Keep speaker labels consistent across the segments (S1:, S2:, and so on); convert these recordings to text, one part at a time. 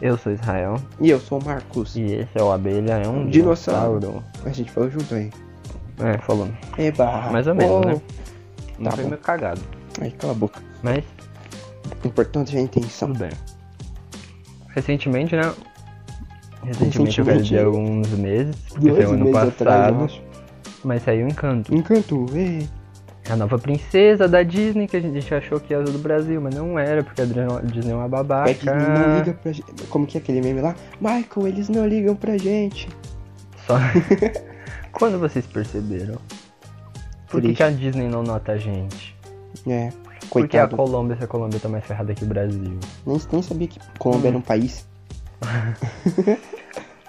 S1: Eu sou Israel
S2: E eu sou o Marcos.
S1: e esse é o Abelha é um
S2: Dinossauro. A gente falou junto aí.
S1: É, falou.
S2: Eba!
S1: Mais ou menos,
S2: Oh.
S1: né? Não
S2: Tá
S1: foi
S2: bom.
S1: meio cagado.
S2: Aí, cala a boca.
S1: Mas
S2: O importante é a intenção.
S1: tudo bem. Recentemente, né? Recentemente, eu quero dizer alguns meses, que
S2: Dois
S1: saiu ano
S2: meses atrás, eu
S1: passado,
S2: acho.
S1: mas saiu Encanto.
S2: Encanto, ei.
S1: A nova princesa da Disney, que a gente achou que era do Brasil, mas não era, porque a Adriana- Disney é uma babaca.
S2: É que ele não liga pra gente. Como que é aquele meme lá? Michael, eles não ligam pra gente.
S1: Só... Quando vocês perceberam? Por que,
S2: Triste.
S1: que a Disney não nota a gente?
S2: É,
S1: Por que a
S2: coitado.
S1: Colômbia, se a Colômbia tá mais ferrada que o Brasil?
S2: Nem, nem sabia que Colômbia era um país.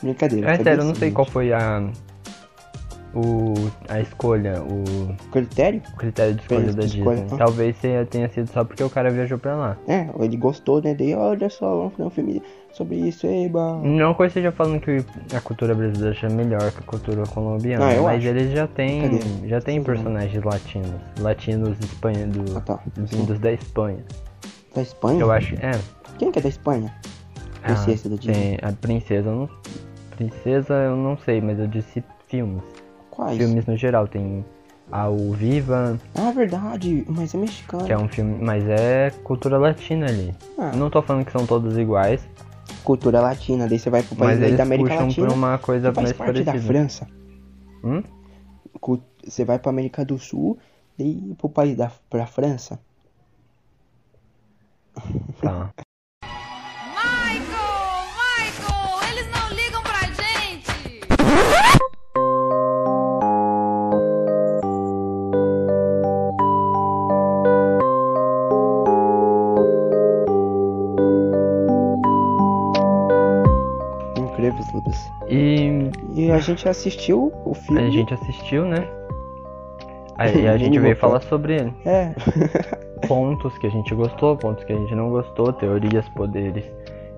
S2: Brincadeira.
S1: É
S2: sabia
S1: sério, eu não
S2: sim,
S1: sei
S2: gente.
S1: qual foi a. O, a escolha, o,
S2: Critério?
S1: o critério de escolha
S2: Fez
S1: da
S2: de
S1: Disney.
S2: escolha, tá.
S1: Talvez tenha- tenha sido só porque o cara viajou pra lá.
S2: É, ele gostou, né? Daí, olha só, vamos fazer um filme sobre isso, eba.
S1: Não que eu esteja falando que a cultura brasileira seja melhor que a cultura colombiana,
S2: Não, Ah, eu
S1: mas
S2: acho.
S1: eles já têm,
S2: Cadê?
S1: já têm
S2: Sim.
S1: personagens latinos, latinos espanha do,
S2: Ah, tá. Sim.
S1: vindos da Espanha.
S2: Da Espanha?
S1: Eu acho, é.
S2: Quem que é da Espanha?
S1: Ah,
S2: Princesa da Disney.
S1: tem a princesa, eu não, princesa eu não sei, mas eu disse filmes,
S2: Quais?
S1: filmes no geral tem a o Viva,
S2: Ah, verdade, mas é mexicano.
S1: que é um filme, mas é cultura latina ali.
S2: Ah,
S1: Não tô falando que são todos iguais,
S2: Cultura latina, daí você vai pro país
S1: mas
S2: aí
S1: eles
S2: é, da América
S1: puxam
S2: Latina.
S1: por uma coisa
S2: que faz
S1: mais
S2: parte da
S1: parecida.
S2: França.
S1: Hum?
S2: Cu- Você vai pra América do Sul, daí pro país da pra França.
S1: Tá.
S3: Michael, Michael, eles não ligam pra gente.
S2: Incríveis, Lucas.
S1: E
S2: E a gente assistiu o filme.
S1: A gente assistiu, né? Aí a
S2: Nem
S1: gente veio
S2: gostou.
S1: falar sobre ele.
S2: É.
S1: pontos que a gente gostou, pontos que a gente não gostou, teorias, poderes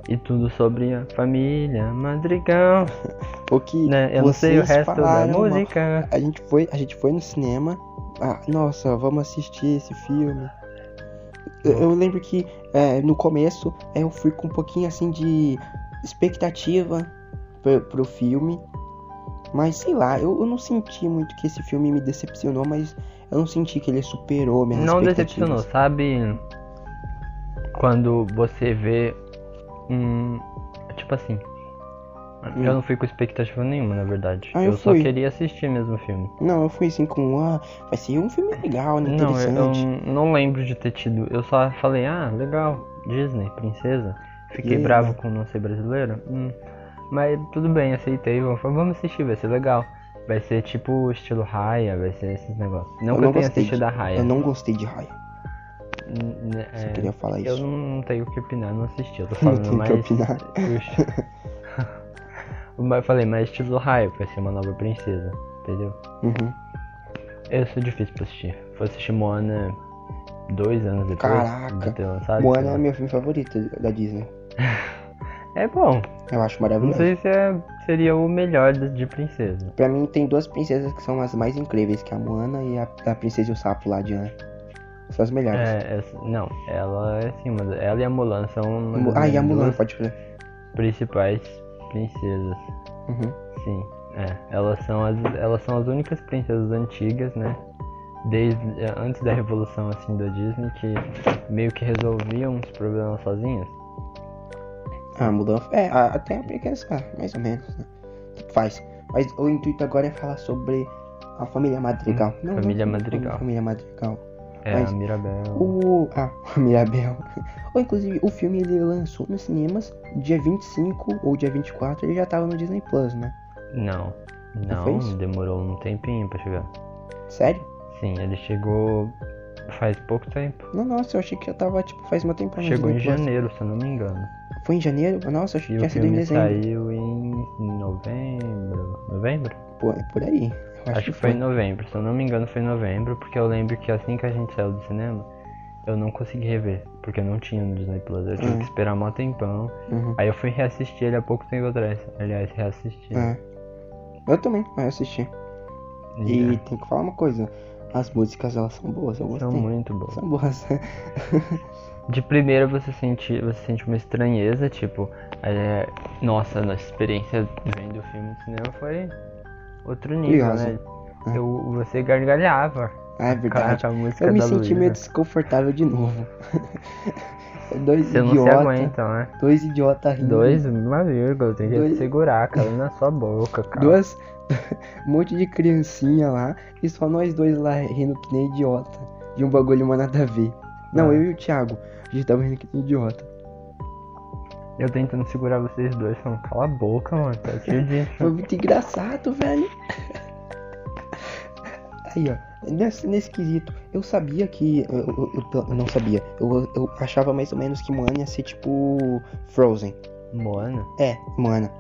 S1: e tudo sobre a família Madrigal,
S2: o que
S1: né? Eu não sei o
S2: vocês
S1: resto da
S2: falaram, mano.
S1: música.
S2: A gente foi, a gente foi no cinema. Ah, nossa, vamos assistir esse filme. Eu, eu lembro que é, no começo é, eu fui com um pouquinho assim de expectativa pro, pro filme. Mas sei lá, eu, eu não senti muito que esse filme me decepcionou, mas eu não senti que ele superou minhas
S1: Não
S2: expectativas.
S1: decepcionou, sabe? Quando você vê um. Tipo assim.
S2: Hum.
S1: Eu não fui com expectativa nenhuma, na verdade.
S2: Ah, eu
S1: eu só
S2: fui.
S1: queria assistir mesmo o filme.
S2: Não, eu fui assim com, ah, vai ser um filme legal, né?
S1: Não, eu
S2: interessante.
S1: eu não lembro de ter tido. Eu só falei, ah, legal, Disney, princesa. Fiquei
S2: Yeah.
S1: bravo com não ser brasileiro. Hum. Mas tudo bem, aceitei. Vamos, vamos assistir, vai ser legal. Vai ser tipo estilo Raya, vai ser esses negócios. Não
S2: Eu
S1: que eu tenha
S2: gostei de-
S1: assistido a Raya.
S2: Eu não gostei de Raia.
S1: N- n-
S2: Só
S1: é,
S2: queria falar
S1: eu
S2: isso.
S1: não, não tenho o que opinar, não assisti. Eu tô
S2: Não
S1: falando
S2: tenho o
S1: mais.
S2: que opinar.
S1: Puxa. Mas eu falei, mais estilo Raya, vai ser uma nova princesa, entendeu?
S2: Uhum.
S1: Eu sou difícil pra assistir. Fui assistir Moana dois anos depois.
S2: Caraca.
S1: de ter lançado,
S2: Moana
S1: sei
S2: é
S1: lá.
S2: meu filme favorito da Disney.
S1: É bom.
S2: Eu acho
S1: Não
S2: maravilhoso.
S1: sei se é- seria o melhor de, de princesa.
S2: Pra mim tem duas princesas que são as mais incríveis, que é a Moana e a, a princesa e o sapo lá de Ana. São as melhores.
S1: É, é- não, ela é assim, uma- ela e a Mulan são uma
S2: Mu-
S1: das
S2: ah, e a
S1: minhas
S2: Mulan,
S1: duas
S2: pode crer.
S1: principais princesas.
S2: Uhum.
S1: Sim, é. Elas são as, elas são as únicas princesas antigas, né? Desde é, antes da revolução assim da Disney que meio que resolviam os problemas sozinhas.
S2: Ah, a Mulan, é, a- até a princesa, ah, mais ou menos, né? Tanto Faz. Mas o intuito agora é falar sobre a família Madrigal. Não, não,
S1: Hum, família
S2: não,
S1: Madrigal.
S2: a Família Madrigal.
S1: É
S2: Mas
S1: a Mirabel.
S2: O... Ah, a Mirabel. Ou, inclusive, o filme ele lançou nos cinemas dia 25 ou dia 24, ele já tava no Disney Plus, né?
S1: Não, não,
S2: foi isso?
S1: demorou um tempinho pra chegar.
S2: Sério?
S1: Sim, ele chegou faz pouco tempo.
S2: Não, nossa, eu achei que já tava, tipo, faz uma temporada.
S1: Chegou em janeiro, se eu não me engano.
S2: Foi em janeiro? Nossa, eu achei
S1: E
S2: que tinha
S1: o
S2: sido em
S1: filme
S2: dezembro.
S1: saiu em novembro. Novembro?
S2: Pô, é por aí. Eu
S1: Acho, que foi em novembro, se eu não me engano foi em novembro, porque eu lembro que assim que a gente saiu do cinema, eu não consegui rever, porque eu não tinha no Disney Plus, eu tive
S2: Hum.
S1: que esperar mó tempão.
S2: Uhum.
S1: Aí eu fui reassistir ele há pouco tempo atrás. Aliás, reassisti.
S2: É. Eu também, mas eu assisti. E
S1: E
S2: tem que falar uma coisa. As músicas, elas são boas, eu gostei.
S1: são muito bons.
S2: São boas.
S1: de primeira você sente, você sente uma estranheza, tipo, é, nossa, a experiência vendo o filme no cinema foi outro nível,
S2: Curiosa. É.
S1: né? Eu, você gargalhava.
S2: Ah, é verdade.
S1: Cara, a música é
S2: Eu me
S1: da
S2: senti
S1: Luísa.
S2: meio desconfortável de novo. dois
S1: Você não se
S2: idiota,
S1: aguenta, né?
S2: dois idiota rindo.
S1: Dois, uma vírgula, tem que
S2: Uhum. Dois.
S1: segurar, cara, na sua boca, cara.
S2: Duas, um monte de criancinha lá e só nós dois lá rindo que nem idiota. De um bagulho uma nada a ver. Não,
S1: Ah.
S2: eu e o Thiago, a gente tava rindo que nem idiota.
S1: Eu tentando segurar vocês dois, falando, cala a boca, mano, tá cheio de...
S2: Foi muito engraçado, velho. Aí, ó. Nesse, nesse quesito, eu sabia que. Eu, eu- eu pela- eu não sabia. Eu, eu achava mais ou menos que Moana ia ser tipo. Frozen.
S1: Mano,
S2: É, Moana.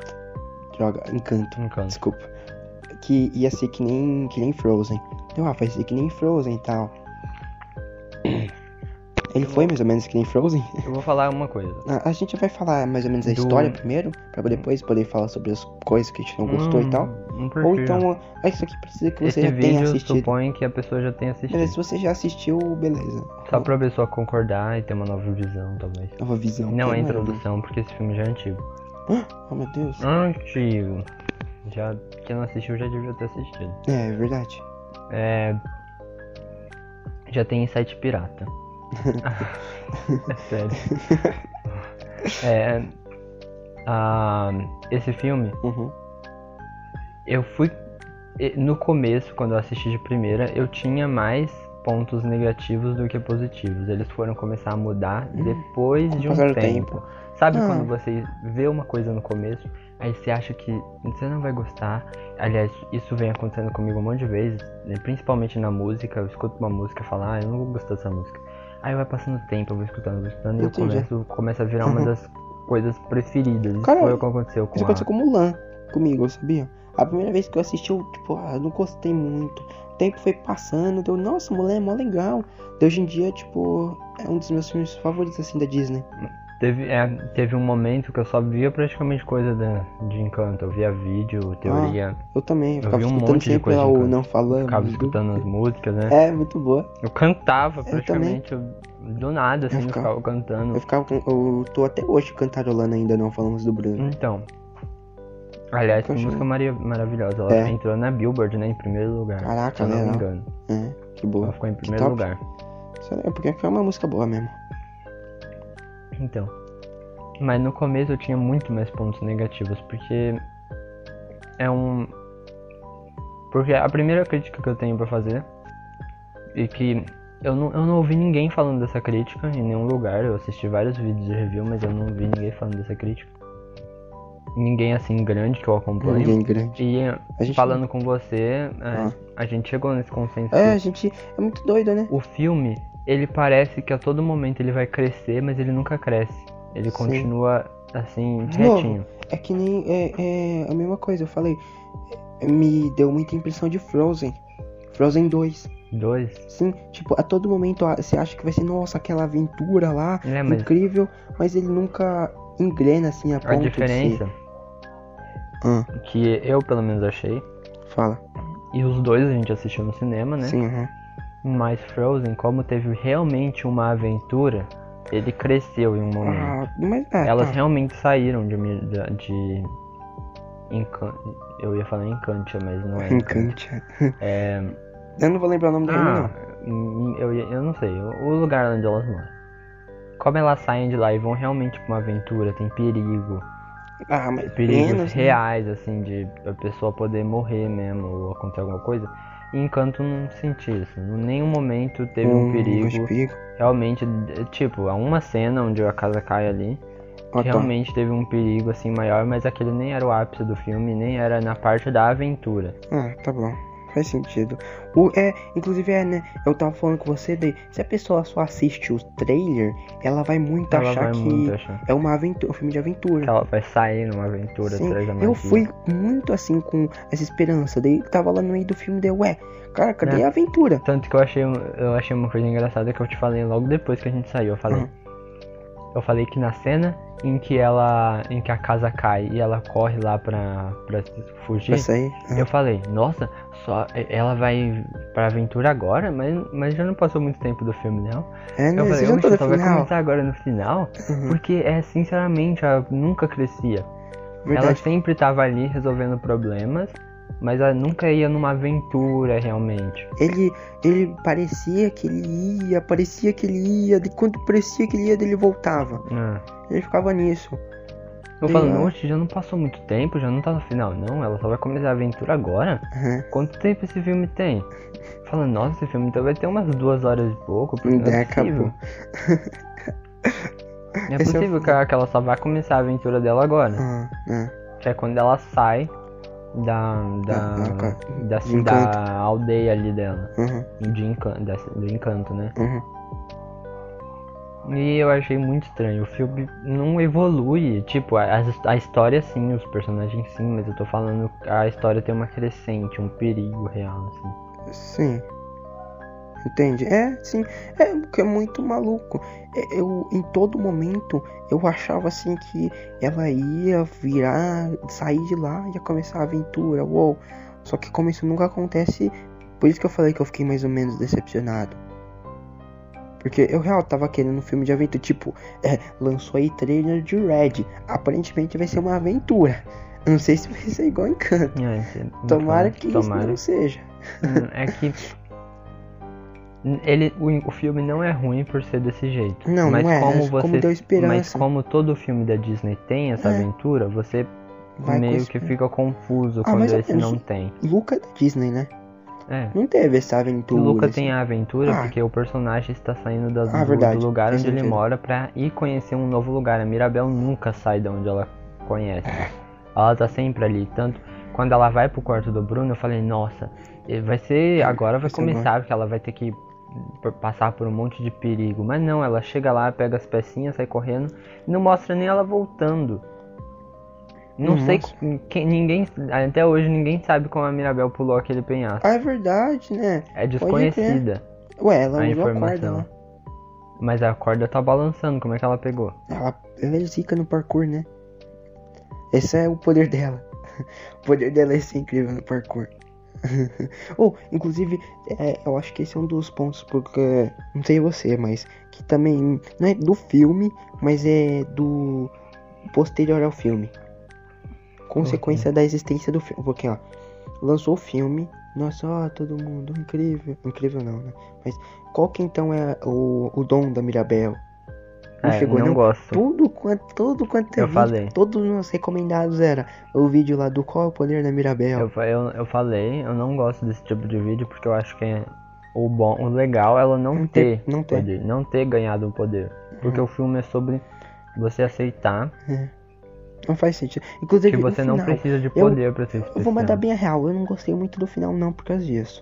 S2: Droga, encanto.
S1: não canto.
S2: Desculpa. Que ia ser que nem, que nem Frozen. Então, ah, vai ser que nem Frozen e tal. Ele foi mais ou menos que nem Frozen?
S1: Eu vou falar uma coisa.
S2: A, a gente vai falar mais ou menos a
S1: Do-
S2: história primeiro, pra depois poder falar sobre as coisas que a gente não gostou e tal.
S1: Não
S2: Ou então, ah, isso aqui precisa que você
S1: Hum, um Esse
S2: já tenha
S1: vídeo
S2: assistido.
S1: supõe que a pessoa já tenha assistido.
S2: Beleza, se você já assistiu, beleza.
S1: Só pra pessoa concordar e ter uma nova visão, talvez.
S2: Nova visão.
S1: Não é
S2: Caralho.
S1: introdução, porque esse filme já é antigo.
S2: Oh, meu Deus.
S1: Antigo. Já, quem não assistiu já devia ter assistido.
S2: É, é verdade.
S1: É... Já tem site pirata. é sério. É... Ah, esse filme,
S2: Uhum.
S1: eu fui... e- No começo, quando eu assisti de primeira, eu tinha mais pontos negativos do que positivos. Eles foram começar a mudar depois de um
S2: Hum. passar do
S1: tempo.
S2: tempo.
S1: Sabe
S2: Ah.
S1: quando você vê uma coisa no começo, aí você acha que você não vai gostar. Aliás, isso vem acontecendo comigo um monte de vezes, né, principalmente na música. Eu escuto uma música e falo, ah, eu não vou gostar dessa música. Aí vai passando tempo, eu vou escutando, eu vou escutando, e eu
S2: Entendi.
S1: começo, começa a virar uma
S2: Uhum.
S1: das coisas preferidas. Isso
S2: Cara,
S1: foi o que aconteceu com
S2: Isso
S1: a...
S2: aconteceu com Mulan comigo, sabia? A primeira vez que eu assisti, eu, tipo, ah, eu não gostei muito. O tempo foi passando, deu, nossa, Mulan é mó legal. De hoje em dia, tipo, é um dos meus filmes favoritos, assim, da Disney.
S1: Teve, é, teve um momento que eu só via praticamente coisa da, de encanto. Eu via vídeo, teoria,
S2: Eu também, eu,
S1: Eu
S2: ficava
S1: vi um
S2: escutando
S1: monte de
S2: sempre
S1: coisa
S2: lá
S1: em
S2: o
S1: casa.
S2: Não Falando.
S1: ficava escutando as músicas, né?
S2: É, muito boa.
S1: Eu cantava
S2: Eu também.
S1: praticamente, eu do nada, assim, eu
S2: ficava-
S1: ficava cantando.
S2: Eu ficava, com- eu tô até hoje cantarolando ainda Não Falamos do Bruno.
S1: Então. Aliás, que
S2: Poxa,
S1: música mari- maravilhosa. Ela
S2: É.
S1: entrou na Billboard, né? Em primeiro lugar.
S2: Caraca,
S1: se eu não me
S2: legal.
S1: engano.
S2: É, que
S1: Ela
S2: boa.
S1: ficou em
S2: Que
S1: primeiro
S2: top.
S1: lugar.
S2: Isso É porque é uma música boa mesmo.
S1: Então. Mas no começo eu tinha muito mais pontos negativos, porque é um. Porque a primeira crítica que eu tenho pra fazer e que eu não, eu não ouvi ninguém falando dessa crítica em nenhum lugar. Eu assisti vários vídeos de review, mas eu não vi ninguém falando dessa crítica. Ninguém assim grande que eu acompanho.
S2: Ninguém grande.
S1: E
S2: A gente-
S1: falando com você, é,
S2: Ah.
S1: a gente chegou nesse consenso.
S2: É, a
S1: que
S2: gente é muito doido, né?
S1: O filme, ele parece que a todo momento ele vai crescer, mas ele nunca cresce. Ele
S2: Sim.
S1: continua assim,
S2: De novo.
S1: retinho.
S2: É que nem. É, é a mesma coisa, eu falei. é, Me deu muita impressão de Frozen. Frozen 2.
S1: Dois.
S2: Sim, tipo, a todo momento ah, você acha que vai ser, nossa, aquela aventura lá,
S1: É, mas-
S2: incrível, mas ele nunca engrena assim a
S1: A
S2: ponto
S1: diferença
S2: de ser. Ah,
S1: que eu pelo menos achei.
S2: fala.
S1: E os dois a gente assistiu no cinema, né?
S2: Sim, aham.
S1: Mas Frozen, como teve realmente uma aventura, ele cresceu em um momento.
S2: Ah, mas é,
S1: Elas
S2: tá.
S1: realmente saíram de. mi- da- de encan... Eu ia falar encantia, mas não é.
S2: Encante.
S1: É.
S2: Eu não vou lembrar o nome do reino,
S1: Ah,
S2: não.
S1: hum, eu, ia- eu não sei. O o lugar onde elas moram. Como elas saem de lá e vão realmente pra uma aventura, tem perigo.
S2: Ah, mas
S1: Perigos
S2: menos, né?
S1: reais, assim, de a pessoa poder morrer mesmo ou acontecer alguma coisa. E Encanto não senti isso. Em nenhum momento teve um,
S2: Um,
S1: perigo.
S2: mas perigo.
S1: Realmente, é, tipo, há uma cena onde a casa cai ali.
S2: Ah, tá.
S1: realmente teve um perigo assim maior, mas aquele nem era o ápice do filme, nem era na parte da aventura.
S2: Ah, tá bom. Faz sentido. O, é, inclusive, é, né? Eu tava falando com você daí. Se a pessoa só assiste o trailer, ela vai muito
S1: ela
S2: achar
S1: vai
S2: que
S1: muito achar.
S2: é uma aventura, um filme de aventura.
S1: Que ela vai sair numa aventura
S2: Sim,
S1: atrás da magia.
S2: eu fui muito assim com essa esperança. Daí tava lá no meio do filme, daí, ué, cara, cadê
S1: Né?
S2: a aventura?
S1: um,
S2: Hum.
S1: Tanto que eu achei, eu achei uma coisa engraçada que eu te falei logo depois que a gente saiu. Eu falei, Eu falei que na cena em que ela. em que a casa cai e ela corre lá pra, pra fugir.
S2: Pra sair.
S1: Eu falei, nossa, só ela vai pra aventura agora, mas, mas já não passou muito tempo do filme, não.
S2: É, né?
S1: eu
S2: Você
S1: falei,
S2: já
S1: oxe,
S2: tá no
S1: só vai
S2: final. Uhum.
S1: começar agora no final, porque é sinceramente, ela nunca crescia. Ela
S2: Verdade.
S1: sempre tava ali resolvendo problemas, mas ela nunca ia numa aventura realmente.
S2: Ele, ele parecia que ele ia, parecia que ele ia, de quando parecia que ele ia, ele voltava.
S1: Ah.
S2: Ele ficava nisso.
S1: Eu falo,
S2: Sim.
S1: oxe, já não passou muito tempo, já não tá no final, não. Ela só vai começar a aventura agora.
S2: Aham.
S1: Quanto tempo esse filme tem? Fala, nossa, esse filme então vai ter umas duas horas e pouco, porque não
S2: Daí
S1: é possível.
S2: acabou.
S1: Não é
S2: Esse é o
S1: possível que, que ela só vai começar a aventura dela agora.
S2: Ah, ah.
S1: Que é quando ela sai da. da.
S2: Ah, ah, cara.
S1: da,
S2: De
S1: da
S2: encanto.
S1: aldeia ali dela.
S2: Uhum,
S1: De encanto, do encanto, né?
S2: uhum.
S1: E eu achei muito estranho. O filme não evolui. Tipo, a, as- a história sim, os personagens sim, mas eu tô falando a história tem uma crescente, um perigo real, assim.
S2: Sim. Entende? É, sim. É, porque é muito maluco. É, Eu, em todo momento, eu achava assim que ela ia virar, sair de lá, ia começar a aventura, uou. Só que como isso nunca acontece, por isso que eu falei que eu fiquei mais ou menos decepcionado. Porque eu real tava querendo um filme de aventura, tipo, é, lançou aí trailer de Red. Aparentemente vai ser uma aventura. Eu não sei se vai ser igual Encanto.
S1: É, então,
S2: Tomara que isso
S1: tomara.
S2: não seja.
S1: Hum, É que. Ele, o, o filme não é ruim por ser desse jeito.
S2: Não,
S1: mas
S2: não é,
S1: como
S2: mas como
S1: você.
S2: deu esperança.
S1: Mas como todo filme da Disney tem essa
S2: É.
S1: aventura, você
S2: Vai
S1: meio
S2: com
S1: que
S2: isso.
S1: fica confuso
S2: Ah,
S1: quando
S2: mais ou
S1: esse
S2: menos.
S1: não tem.
S2: Luca é da Disney, né?
S1: É.
S2: Não teve essa
S1: O
S2: aventura.
S1: Luca
S2: assim.
S1: tem a aventura
S2: Ah.
S1: porque o personagem está saindo das-
S2: Ah,
S1: do,
S2: verdade.
S1: do lugar
S2: Faz
S1: onde ele
S2: sentido.
S1: mora para ir conhecer um novo lugar. A Mirabel nunca sai de onde ela conhece.
S2: É.
S1: Ela tá sempre ali. Tanto quando ela vai pro quarto do Bruno, eu falei, nossa, eh, vai ser. Agora vai
S2: Isso é
S1: começar, porque ela vai ter que p- passar por um monte de perigo. Mas não, ela chega lá, pega as pecinhas, sai correndo. e Não mostra nem ela voltando. Não
S2: Não
S1: sei
S2: mostra.
S1: qu- quem, ninguém. Até hoje ninguém sabe como a Mirabel pulou aquele penhasco.
S2: Ah, é verdade, né?
S1: É
S2: Pode
S1: desconhecida.
S2: crer. Ué, ela
S1: a
S2: usou a corda né?
S1: informação.
S2: lá.
S1: Mas a corda tá balançando, como é que ela pegou?
S2: Ela, ela é zica no parkour, né? Esse é o poder dela. O poder dela é ser incrível no parkour. Ou, inclusive, é, eu acho que esse é um dos pontos, porque não sei você, mas que também não é do filme, mas é do posterior ao filme. Consequência da existência do filme. Porque, ó, lançou o filme, nossa, ó, todo mundo, incrível. Incrível não, né? Mas qual que então é o, o dom da Mirabel? Não
S1: é,
S2: chegou
S1: não
S2: não?
S1: gosto.
S2: Tudo quanto, tudo quanto é
S1: Eu
S2: vídeo,
S1: falei.
S2: todos os meus recomendados era o vídeo lá do Qual é o Poder da Mirabel.
S1: Eu, fa- eu, eu falei, eu não gosto desse tipo de vídeo porque eu acho que é o bom, o legal é ela não,
S2: Não ter-
S1: ter,
S2: não ter.
S1: poder, não ter ganhado o poder. Porque o filme é sobre você aceitar
S2: Não faz sentido. Inclusive,
S1: que
S2: no
S1: você não
S2: final,
S1: precisa de
S2: assim, eu-
S1: poder pra ser
S2: Eu
S1: especial.
S2: vou mandar bem a real, eu não gostei muito do final não por causa disso.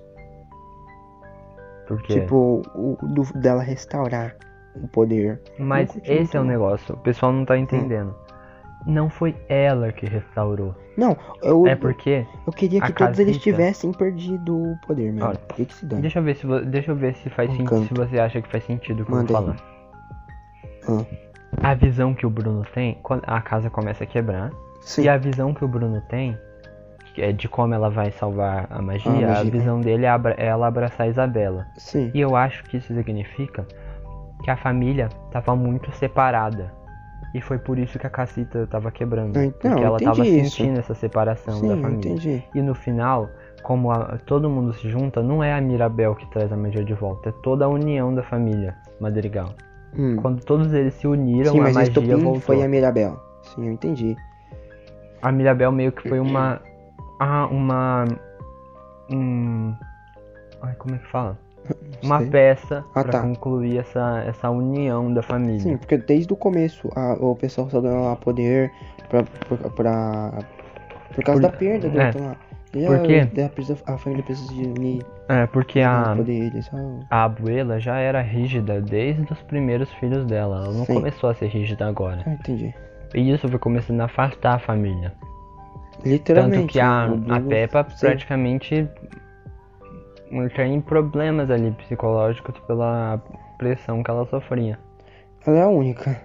S1: Porque...
S2: Tipo, o, do- dela restaurar o poder.
S1: Mas
S2: curti
S1: esse
S2: muito,
S1: é o
S2: não.
S1: negócio, o pessoal não tá entendendo. Não foi ela que restaurou.
S2: Não, eu,
S1: É porque
S2: eu queria
S1: a
S2: que todos eles
S1: casita-
S2: tivessem perdido o poder mesmo.
S1: Olha,
S2: que que se dane.
S1: Deixa eu ver se vo- deixa eu ver se faz
S2: Um
S1: sentido,
S2: canto.
S1: se você acha que faz sentido o que eu
S2: Manda
S1: tô
S2: aí.
S1: falando.
S2: Ah,
S1: A visão que o Bruno tem, quando a casa começa a quebrar,
S2: Sim.
S1: e a visão que o Bruno tem que é de como ela vai salvar a magia,
S2: Ah, a
S1: a
S2: magia.
S1: visão dele é abra- é ela abraçar a Isabela.
S2: Sim.
S1: E eu acho que isso significa que a família tava muito separada. E foi por isso que a cacita tava quebrando.
S2: Ah, então,
S1: porque ela
S2: entendi
S1: tava
S2: isso.
S1: sentindo essa separação
S2: Sim,
S1: da
S2: eu
S1: família.
S2: entendi.
S1: E no final, como a- todo mundo se junta, não é a Mirabel que traz a magia de volta, é toda a união da família Madrigal.
S2: Hum.
S1: Quando é um todos eles se uniram,
S2: Sim,
S1: a
S2: mas o
S1: magia
S2: estopim
S1: voltou.
S2: foi a Mirabel. Sim, eu entendi.
S1: A Mirabel meio que foi uma. Ah, uma. Hum. Ai, como é que fala? Uma
S2: sei.
S1: peça
S2: Ah,
S1: pra
S2: tá.
S1: concluir essa, essa união da família.
S2: Sim, porque desde o começo a- o pessoal só ganhou lá poder pra, pra, pra- por causa
S1: Por-
S2: da perda do
S1: é.
S2: outro lá. E
S1: Por
S2: a-
S1: quê?
S2: a precisa- A, família precisa de unir
S1: É, porque a,
S2: os poderes. ah,
S1: a abuela já era rígida desde os primeiros filhos dela. Ela não
S2: Sim.
S1: começou a ser rígida agora.
S2: eu Ah, entendi.
S1: E isso foi começando a afastar a família.
S2: Literalmente.
S1: Tanto que a, é
S2: o Bruno-
S1: a Peppa
S2: sim,
S1: praticamente tem problemas ali psicológicos pela pressão que ela sofria.
S2: Ela é a única.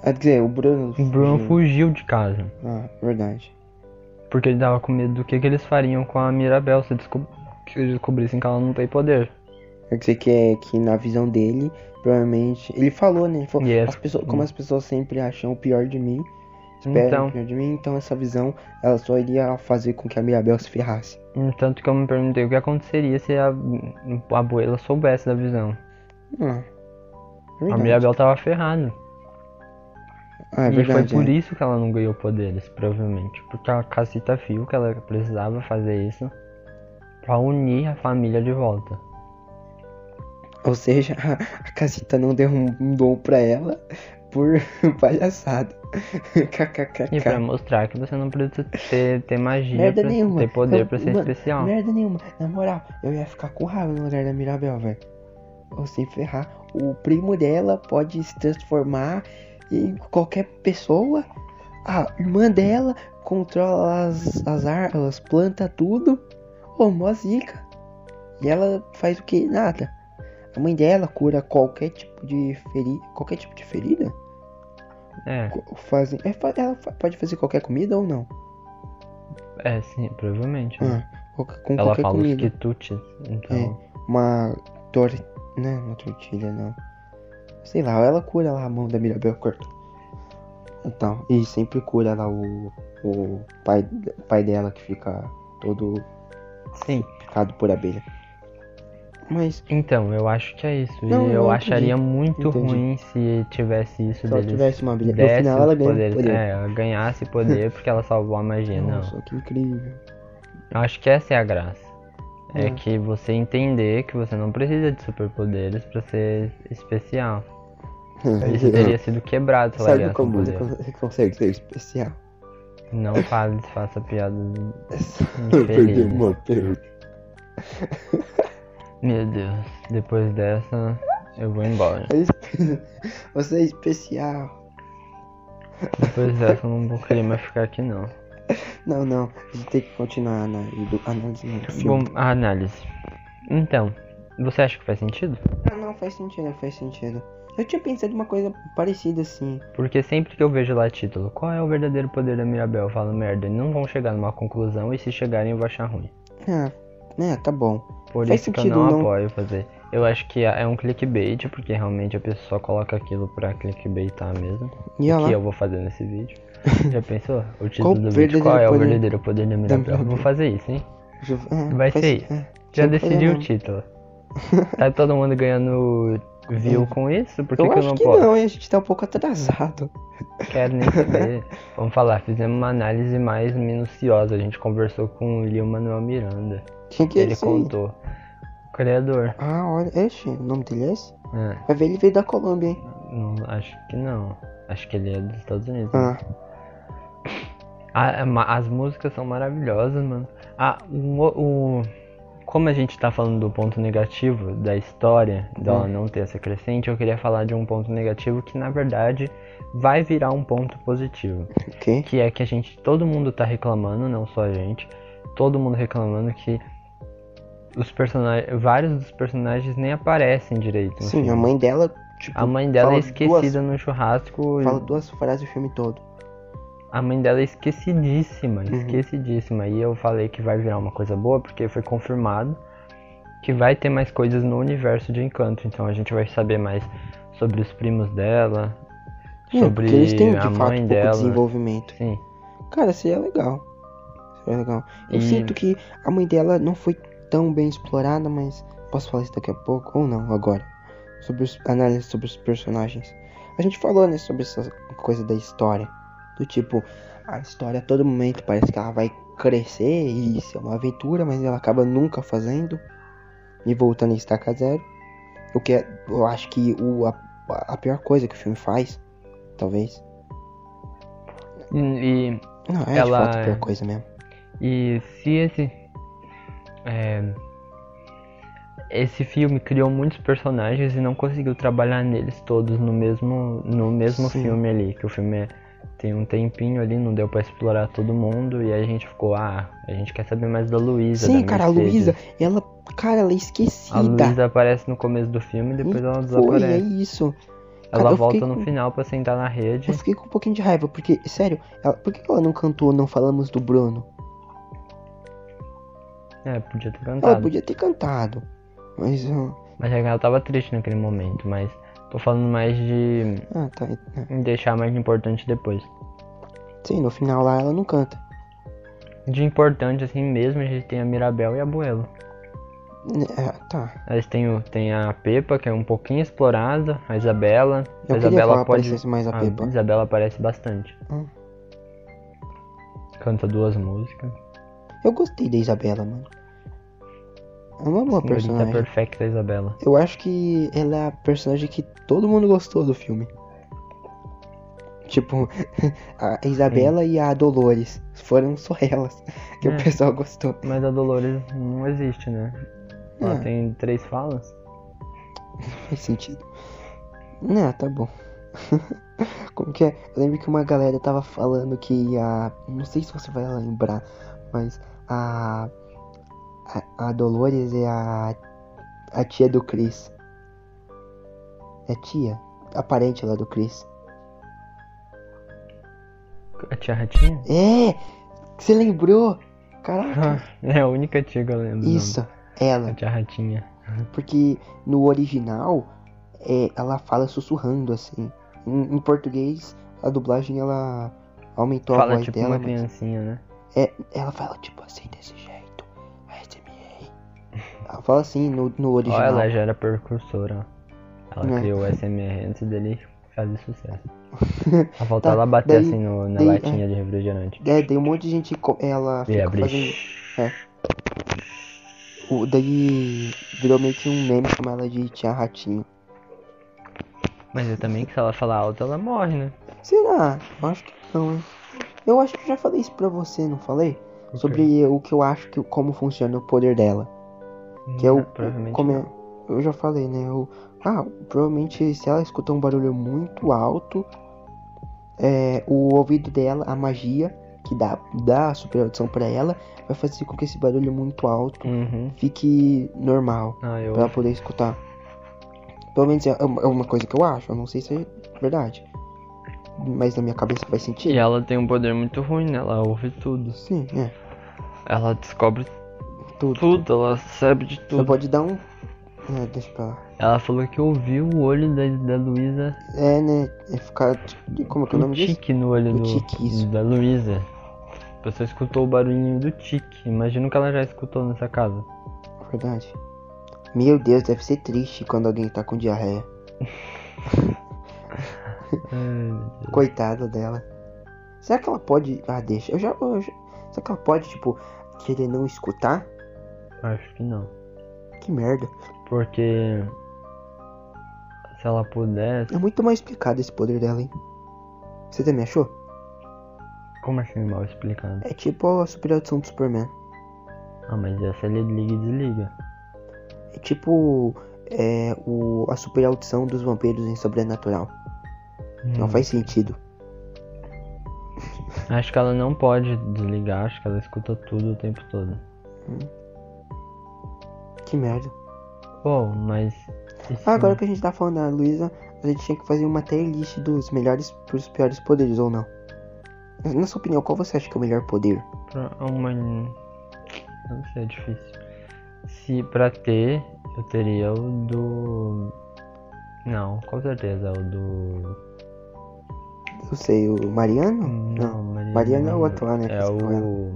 S2: Ah, quer dizer, o Bruno.
S1: O Bruno
S2: fugiu.
S1: fugiu de casa.
S2: Ah, verdade.
S1: Porque ele tava com medo do que, que eles fariam com a Mirabel se, desco- se eles descobrissem que ela não tem poder.
S2: Quer dizer que é que na visão dele, provavelmente. Ele falou, né? Ele falou,
S1: Yes.
S2: as pessoas, como as pessoas sempre acham o pior de mim, esperam
S1: Então.
S2: o pior de mim, então essa visão ela só iria fazer com que a Mirabel se ferrasse.
S1: Hum, Tanto que eu me perguntei o que aconteceria se a, a abuela soubesse da visão.
S2: Ah,
S1: A
S2: verdade.
S1: Mirabel tava ferrada.
S2: Ah, é
S1: e foi
S2: verdade.
S1: por
S2: é.
S1: isso que ela não ganhou poderes, provavelmente. Porque a casita viu que ela precisava fazer isso pra unir a família de volta.
S2: Ou seja, a, a casita não deu um dom pra ela por palhaçada.
S1: E pra
S2: KKKK.
S1: mostrar que você não precisa ter, ter magia,
S2: Merda
S1: pra
S2: nenhuma.
S1: ter poder
S2: Eu-
S1: pra ser
S2: mano, né?
S1: especial.
S2: Merda nenhuma. Na moral, eu ia ficar com raiva no lugar da Mirabel, velho. Ou sem ferrar. O primo dela pode se transformar em qualquer pessoa. A irmã dela controla as, as árvores, planta tudo. Ô, mó zica. E ela faz o que? Nada. A mãe dela cura qualquer tipo de ferida. Qualquer tipo de ferida?
S1: É,
S2: Co- Fazem. é, fa- Ela fa- pode fazer qualquer comida ou não?
S1: é sim, provavelmente. né?
S2: Ah, qualquer- com
S1: ela
S2: qualquer
S1: fala os
S2: comida.
S1: quitutes, então.
S2: É, uma tor... Não, uma tortilha, não. Sei lá, ela cura lá a mão da Mirabel corta. Então, e sempre cura lá o, o pai, pai dela que fica todo É.
S1: Sim.
S2: picado por abelha. Mas,
S1: Então, eu acho que é isso. e
S2: Não, eu
S1: eu
S2: entendi.
S1: acharia muito
S2: Entendi.
S1: ruim se tivesse isso
S2: se ela
S1: deles.
S2: tivesse uma abelha, no
S1: desse
S2: final
S1: os
S2: ela ganha
S1: poderes.
S2: poder.
S1: É, ela ganhasse poder porque ela salvou a magia. É, Não.
S2: Nossa, que incrível.
S1: Eu acho que essa é a graça. É
S2: Hum.
S1: que você entender que você não precisa de superpoderes pra ser especial. Isso teria sido quebrado se ela
S2: É Sabe
S1: ganhasse
S2: como é
S1: um
S2: você
S1: poder.
S2: con- consegue ser especial?
S1: Não fale, faça piada. de-
S2: Eu
S1: Infeliz.
S2: perdi uma perda.
S1: Meu Deus, depois dessa eu vou embora.
S2: Você é especial.
S1: Depois dessa eu não vou querer mais ficar aqui não.
S2: Não, não. A gente tem que continuar na edu- análise do filme.
S1: Bom, a análise. Então, você acha que faz sentido?
S2: Ah, não, faz sentido, faz sentido. Eu tinha pensado em uma coisa parecida assim.
S1: Porque sempre que eu vejo lá título, qual é o verdadeiro poder da Mirabel? Eu falo merda, e não vão chegar numa conclusão e se chegarem eu vou achar ruim.
S2: Ah, né, tá bom.
S1: Por
S2: Faz
S1: isso que eu
S2: sentido,
S1: não,
S2: não.
S1: apoio fazer. Eu acho que é um clickbait, porque realmente a pessoa coloca aquilo pra clickbaitar mesmo.
S2: E
S1: o
S2: olha
S1: que
S2: lá.
S1: eu vou fazer nesse vídeo. Já pensou? O
S2: Qual
S1: título do vídeo, qual
S2: verdadeiro
S1: é o verdadeiro poder
S2: poder
S1: da Mirabel?
S2: Mirabel?
S1: Vou fazer isso, hein?
S2: Ju- é,
S1: vai
S2: faz-
S1: ser isso.
S2: é,
S1: Já
S2: não faz
S1: decidi
S2: não.
S1: o título. Tá todo mundo ganhando view com isso? Por que,
S2: É. Eu
S1: que eu
S2: acho
S1: não
S2: que
S1: posso?
S2: não, hein? a gente tá um pouco atrasado.
S1: Quero nem saber. Vamos falar, fizemos uma análise mais minuciosa. A gente conversou com o Lio Manuel Miranda.
S2: Tinha que
S1: Ele
S2: isso aí.
S1: contou. O criador.
S2: Ah, olha, esse, o nome dele é esse?
S1: É,
S2: Vai ver, ele veio da Colômbia, hein?
S1: não, acho que não. Acho que ele é dos Estados Unidos.
S2: Ah,
S1: A- a- ma- as músicas são maravilhosas, mano. Ah, o, o- como a gente tá falando do ponto negativo da história, dela
S2: Hum.
S1: não ter essa crescente, eu queria falar de um ponto negativo que na verdade vai virar um ponto positivo.
S2: ok.
S1: que é que a gente, todo mundo tá reclamando, não só a gente, todo mundo reclamando que os personagens, vários dos personagens nem aparecem direito. no
S2: Sim,
S1: filme.
S2: a mãe dela, tipo,
S1: A mãe dela é
S2: fala
S1: esquecida no churrasco.
S2: Duas, fala duas frases o filme todo.
S1: A mãe dela é esquecidíssima, esquecidíssima. E eu falei que vai virar uma coisa boa porque foi confirmado que vai ter mais coisas no universo de Encanto. Então a gente vai saber mais sobre os primos dela,
S2: É,
S1: sobre
S2: porque eles têm, de
S1: a
S2: fato,
S1: mãe
S2: pouco
S1: dela.
S2: desenvolvimento.
S1: Sim.
S2: Cara, seria legal. Seria legal. Eu
S1: E-
S2: sinto que a mãe dela não foi tão bem explorada, mas posso falar isso daqui a pouco ou não, agora. Sobre os análise sobre os personagens. A gente falou, né, sobre essa coisa da história. Do tipo, a história a todo momento parece que ela vai crescer e ser uma aventura, mas ela acaba nunca fazendo e voltando a estaca zero. O que é- eu acho que o, a, a pior coisa que o filme faz, talvez.
S1: E- e
S2: Não, é
S1: Ela-
S2: de fato a pior coisa mesmo.
S1: E se esse. é, esse filme criou muitos personagens e não conseguiu trabalhar neles todos no mesmo, no mesmo
S2: Sim.
S1: filme ali. Que o filme é- tem um tempinho ali, não deu pra explorar todo mundo. E aí a gente ficou, ah, a gente quer saber mais da Luísa.
S2: Sim,
S1: da
S2: cara, a
S1: Mercedes."
S2: Luísa, ela, cara, ela é
S1: A
S2: esquecida.
S1: Luísa aparece no começo do filme e depois ela
S2: Foi, é
S1: desaparece.
S2: isso.
S1: Ela
S2: eu
S1: volta
S2: fiquei
S1: no
S2: com-
S1: final pra sentar na rede.
S2: Eu fiquei com um pouquinho de raiva, porque, sério, ela- por que que ela não cantou Não Falamos do Bruno?
S1: É, podia ter
S2: Ela
S1: cantado.
S2: podia ter cantado, mas. ah,
S1: Mas é que ela tava triste naquele momento, mas tô falando mais de
S2: Ah, tá. é.
S1: deixar mais importante depois.
S2: Sim, no final lá ela não canta.
S1: De importante assim mesmo, a gente tem a Mirabel e a Buelo.
S2: É, tá.
S1: Elas têm o- tem a Pepa, que é um pouquinho explorada, a Isabela.
S2: Eu
S1: a
S2: queria que
S1: Isabela
S2: ela
S1: pode.
S2: aparecesse mais a Peppa.
S1: Isabela aparece bastante.
S2: Hum.
S1: Canta duas músicas.
S2: Eu gostei da Isabela, mano. Ela é uma boa
S1: Bonita,
S2: personagem.
S1: perfeita a Isabela.
S2: Eu acho que ela é a personagem que todo mundo gostou do filme. Tipo, a Isabela e a Dolores foram só elas que
S1: É.
S2: o pessoal gostou.
S1: Mas a Dolores não existe, né? Ela
S2: É.
S1: tem três falas.
S2: Faz sentido. Não, tá bom. Como que é? Eu lembro que uma galera tava falando que a. Não sei se você vai lembrar, mas a. A, a Dolores é a. A tia do Chris. É tia? A parente lá do Chris.
S1: A tia Ratinha?
S2: É! Você lembrou? Caraca!
S1: é a única tia que eu lembro. o
S2: Isso,
S1: nome. A
S2: ela.
S1: tia Ratinha.
S2: Porque no original é, ela fala sussurrando assim. Em, em português, a dublagem ela aumentou a
S1: Fala
S2: voz
S1: tipo
S2: dela,
S1: uma
S2: mas
S1: criancinha, né?
S2: é, ela fala tipo assim desse jeito. SMA. Ela fala assim no, no
S1: Ó,
S2: original.
S1: ela já era percursora. ó. Ela
S2: É.
S1: criou o SMR antes dele fazer sucesso. A falta
S2: Tá,
S1: ela bater
S2: daí-
S1: assim no- na
S2: daí,
S1: latinha de refrigerante.
S2: É, daí um monte de gente co- ela
S1: E
S2: fica
S1: É, abre.
S2: fazendo. é. o- daí virou meio que um meme chamar ela de tia ratinho.
S1: Mas eu também que se ela falar alto, ela morre, né?
S2: Será? Eu acho que não, hein? Eu acho que eu já falei isso pra você, não falei?
S1: Ok.
S2: Sobre o que eu acho que como funciona o poder dela. Que é o.
S1: Provavelmente
S2: como é-
S1: não.
S2: eu já falei, né? O, ah, provavelmente se ela escutar um barulho muito alto, é, o ouvido dela, a magia que dá, dá a super audição pra ela, vai fazer com que esse barulho muito alto
S1: Uhum.
S2: fique normal.
S1: Ah, eu
S2: Pra ela poder escutar. Pelo menos é é uma é uma coisa que eu acho, eu não sei se é verdade. Mas na minha cabeça faz
S1: E
S2: sentido.
S1: ela tem um poder muito ruim, né? Ela ouve tudo.
S2: Sim, é.
S1: Ela descobre
S2: Tudo.
S1: tudo, ela sabe de
S2: Você
S1: tudo.
S2: pode dar um. É, deixa pra lá.
S1: Ela falou que ouviu o olho da, da Luísa.
S2: É, né? É ficar. tipo, Como é que é o
S1: O
S2: nome disso?
S1: tique no olho
S2: O
S1: do,
S2: tique, isso.
S1: da Luísa. Você escutou o barulhinho do tique. Imagina o que ela já escutou nessa casa.
S2: Verdade. Meu Deus, deve ser triste quando alguém tá com diarreia.
S1: É,
S2: Coitada dela. Será que ela pode. Ah, deixa. Eu já. eu já- Será que ela pode, tipo, querer não escutar?
S1: acho que não.
S2: Que merda.
S1: Porque. Se ela pudesse.
S2: É muito mal explicado esse poder dela, hein? Você também achou?
S1: Como assim mal explicado?
S2: É tipo a super audição do Superman.
S1: Ah, mas essa ele liga e desliga.
S2: É tipo é, o, a super audição dos vampiros em Sobrenatural. Não
S1: Hum,
S2: faz sentido.
S1: Acho que ela não pode desligar, acho que ela escuta tudo o tempo todo.
S2: Que merda.
S1: Bom, mas. e se-
S2: Ah, agora que a gente tá falando da Luísa, a gente tinha que fazer uma tier list dos melhores pros piores poderes, ou não? Na sua opinião, qual você acha que é o melhor poder?
S1: Pra uma. Não sei, é difícil. Se pra ter, eu teria o do. Não, com certeza, o do.
S2: Eu sei, o Mariano?
S1: Hum, Mariana.
S2: Mariana é o
S1: não.
S2: outro lá, né, que
S1: É
S2: fica com
S1: o.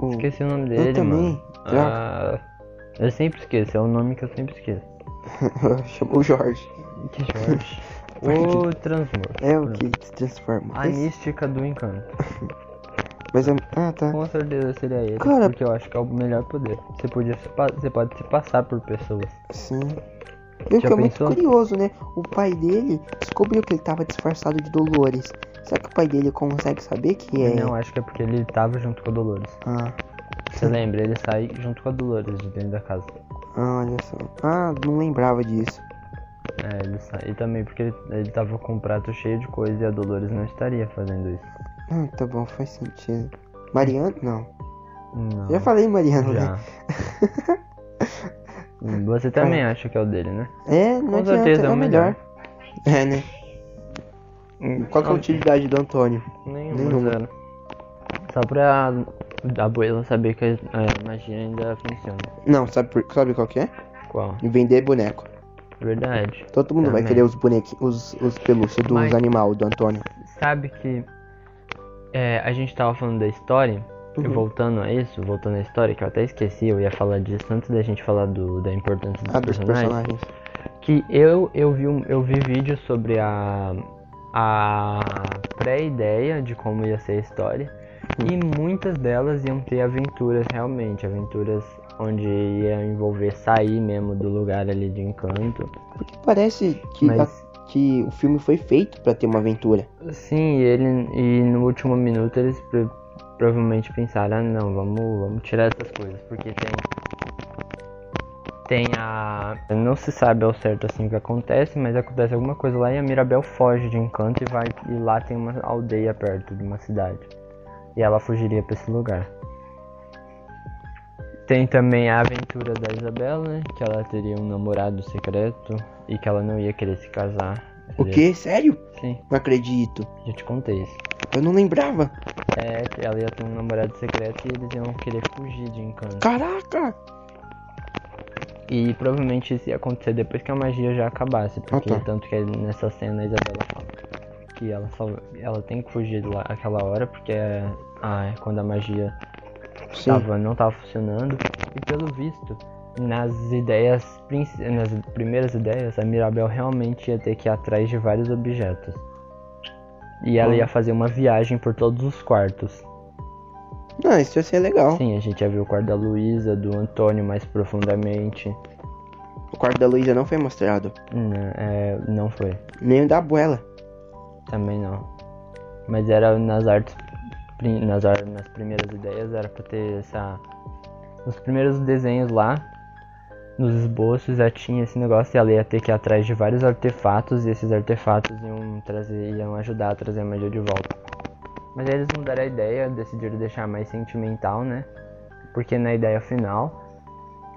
S2: O-
S1: Esqueci o nome dele,
S2: também,
S1: mano. Ah, eu sempre esqueço, é o nome que eu sempre esqueço.
S2: Chamou o Jorge.
S1: Que Jorge. o Transmor.
S2: É o que se transforma.
S1: A
S2: Esse-
S1: mística do encanto.
S2: Mas é. Ah, tá.
S1: Com certeza seria ele,
S2: Cara-
S1: porque eu acho que é o melhor poder. Você, podia se pa- você pode se passar por pessoas.
S2: Sim. E o
S1: Já
S2: que é muito
S1: pensou?
S2: curioso, né? O pai dele descobriu que ele tava disfarçado de Dolores. Será que o pai dele consegue saber que é?
S1: Não, acho que é porque ele tava junto com a Dolores.
S2: Ah,
S1: Você lembra? Ele sai junto com a Dolores de dentro da casa.
S2: ah, olha só. Ah, não lembrava disso.
S1: É, ele sai. E também porque ele, ele tava com um prato cheio de coisa e a Dolores não estaria fazendo isso.
S2: Ah, tá bom, faz sentido. Mariano? Não.
S1: Não.
S2: Já falei Mariano, né?
S1: Já. Você também acha que é o dele, né?
S2: É, não
S1: Com
S2: adianta,
S1: certeza um
S2: é o melhor. É, né? Hum, Qual que é a utilidade do Antônio?
S1: Nenhuma,
S2: Nenhuma.
S1: zero. Só pra a abuela saber que a magia ainda funciona.
S2: Não, sabe, por- sabe qual que é?
S1: Qual?
S2: Vender boneco.
S1: Verdade.
S2: Todo mundo vai
S1: Também.
S2: querer os bonequinhos, os, os pelúcias dos
S1: né? Mas-
S2: animais do Antônio.
S1: Sabe que é, a gente tava falando da história, e
S2: Uhum.
S1: voltando a isso, voltando à história, que eu até esqueci, eu ia falar disso antes da gente falar do, da importância dos,
S2: Ah, dos personagens.
S1: Que eu, eu, vi, um- eu vi vídeo sobre a, a pré-ideia de como ia ser a história. E muitas delas iam ter aventuras realmente, aventuras onde ia envolver sair mesmo do lugar ali de encanto.
S2: Porque parece que,
S1: Mas-
S2: a- que o filme foi feito pra ter uma aventura.
S1: Sim, e ele e no último minuto eles pro- provavelmente pensaram, ah não, vamos, vamos tirar essas coisas, porque tem tem a não se sabe ao certo assim o que acontece, mas acontece alguma coisa lá e a Mirabel foge de encanto e vai e lá tem uma aldeia perto de uma cidade. E ela fugiria pra esse lugar. Tem também a aventura da Isabela, né? Que ela teria um namorado secreto e que ela não ia querer se casar.
S2: O quê? Sério?
S1: Sim,
S2: Não acredito.
S1: já te contei isso.
S2: Eu não lembrava.
S1: É, ela ia ter um namorado secreto e eles iam querer fugir de encanto.
S2: Caraca!
S1: E provavelmente isso ia acontecer depois que a magia já acabasse. Porque
S2: Ah, tá.
S1: tanto que nessa cena a Isabela fala que ela só ela tem que fugir de lá aquela hora, porque é- ah, é quando a magia
S2: Sim.
S1: tava, não tava funcionando. E pelo visto, nas ideias, princi- nas primeiras ideias, a Mirabel realmente ia ter que ir atrás de vários objetos. E ela
S2: Hum.
S1: ia fazer uma viagem por todos os quartos.
S2: Não, isso ia ser legal.
S1: Sim, a gente já viu o quarto da Luísa, do Antônio mais profundamente.
S2: O quarto da Luísa não foi mostrado.
S1: Não, é, não foi.
S2: Nem o da abuela.
S1: Também não. Mas era nas artes. prim- Nas, ar- nas primeiras ideias era pra ter essa. Nos primeiros desenhos lá, nos esboços já tinha esse negócio e ela ia ter que ir atrás de vários artefatos e esses artefatos iam, trazer, iam ajudar a trazer a magia de volta. Mas aí eles mudaram a ideia, decidiram deixar mais sentimental, né? Porque na ideia final,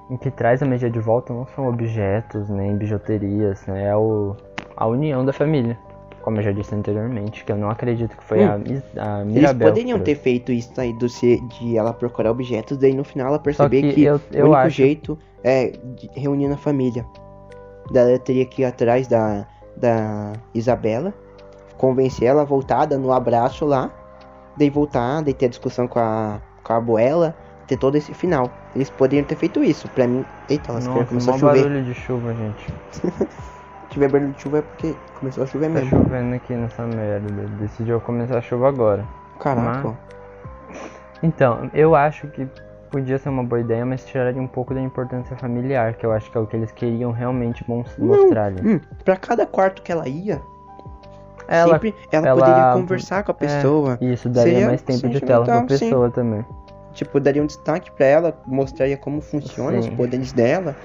S1: o que traz a magia de volta não são objetos, nem bijuterias, né? é o, a união da família. Como eu já disse anteriormente, que eu não acredito que foi a, Mis- a
S2: Hum. Eles
S1: Mirabel.
S2: poderiam
S1: que
S2: ter
S1: trouxe.
S2: feito isso aí do se, de ela procurar objetos, daí no final ela perceber
S1: que
S2: que,
S1: eu- eu
S2: o único
S1: acho-
S2: jeito é de reunir na família. Daí ela teria que ir atrás da, da Isabela, convencer ela a voltar, dando um abraço lá, daí voltar, daí ter a discussão com a, com a abuela, ter todo esse final. Eles poderiam ter feito isso, pra mim. Eita, ela
S1: Nossa,
S2: começou a
S1: mó
S2: chover.
S1: barulho de chuva, gente.
S2: Se tiver barulho de chuva é porque começou a chover
S1: Tá
S2: mesmo.
S1: chovendo aqui nessa merda. Decidiu começar a chuva agora.
S2: Caraca.
S1: Mas- Então, eu acho que podia ser uma boa ideia, mas tiraria um pouco da importância familiar, que eu acho que é o que eles queriam realmente mon- mostrar ali.
S2: Hum, pra cada quarto que ela ia,
S1: Ela-
S2: sempre ela,
S1: ela-
S2: poderia conversar com a pessoa.
S1: E isso daria
S2: Seria
S1: mais tempo de tela pra
S2: sentimental, sim.
S1: pessoa também.
S2: Tipo, daria um destaque pra ela, mostraria como funciona
S1: Sim.
S2: os poderes dela.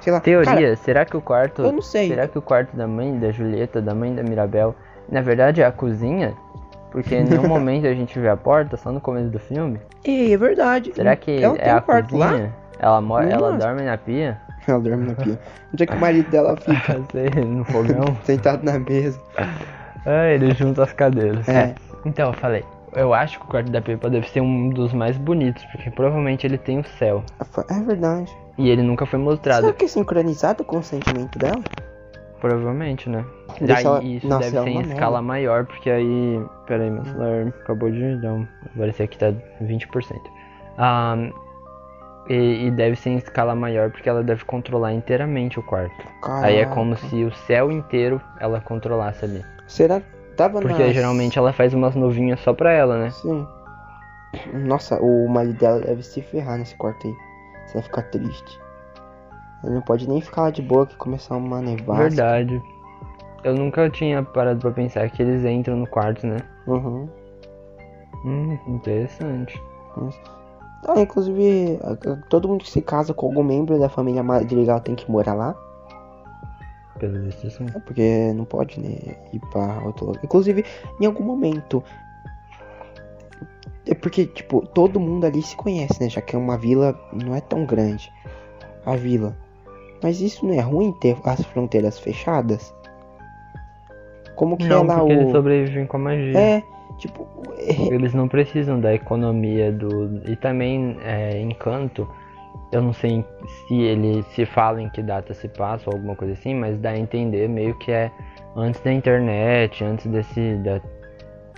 S2: Sei lá.
S1: Teoria,
S2: Cara,
S1: será que o quarto.
S2: eu não sei.
S1: Será que o quarto da mãe, da Julieta, da mãe da Mirabel, na verdade é a cozinha? Porque em nenhum momento a gente vê a porta, só no começo do filme.
S2: Ei, é verdade.
S1: Será que
S2: ela
S1: é
S2: tem
S1: a
S2: um quarto lá?
S1: cozinha? Ela, mora,
S2: Não.
S1: ela dorme na pia?
S2: Ela dorme na pia. Onde é que o marido dela fica?
S1: Eu sei, no fogão?
S2: Sentado na mesa.
S1: É, ele junta as cadeiras.
S2: É.
S1: Então, eu falei, eu acho que o quarto da Peppa deve ser um dos mais bonitos, porque provavelmente ele tem o céu.
S2: É verdade.
S1: E ele nunca foi mostrado.
S2: Será que é sincronizado com o sentimento dela?
S1: Provavelmente, né?
S2: Deixa
S1: Daí
S2: ela-
S1: isso
S2: Nossa,
S1: deve
S2: ela
S1: ser em
S2: é uma
S1: escala maior, porque aí. Pera aí, meu celular acabou de dar um. Parece aqui tá 20%. Ahn, e, e deve ser em escala maior, porque ela deve controlar inteiramente o quarto.
S2: Caraca.
S1: Aí é como se o céu inteiro ela controlasse ali.
S2: Será que tava
S1: Porque
S2: nas-
S1: geralmente ela faz umas novinhas só pra ela, né?
S2: Sim. Nossa, o marido dela deve se ferrar nesse quarto aí. Você vai ficar triste. Ele não pode nem ficar lá de boa que começar uma nevasca.
S1: Verdade. Eu nunca tinha parado pra pensar que eles entram no quarto, né?
S2: Uhum.
S1: Hum, interessante.
S2: Ah, inclusive, a- a- todo mundo que se casa com algum membro da família madrigal tem que morar lá.
S1: Pelo visto, sim.
S2: né? Porque não pode, né? Ir pra outro lugar. Inclusive, em algum momento. É porque, tipo, todo mundo ali se conhece, né? Já que é uma vila, não é tão grande. A vila. Mas isso não é ruim ter as fronteiras fechadas? Como que
S1: não,
S2: é lá
S1: porque
S2: o.
S1: eles sobrevivem com a magia.
S2: É, tipo, é,
S1: Eles não precisam da economia do. E também é, encanto. Eu não sei se ele se fala em que data se passa ou alguma coisa assim, mas dá a entender meio que é antes da internet, antes desse. Da,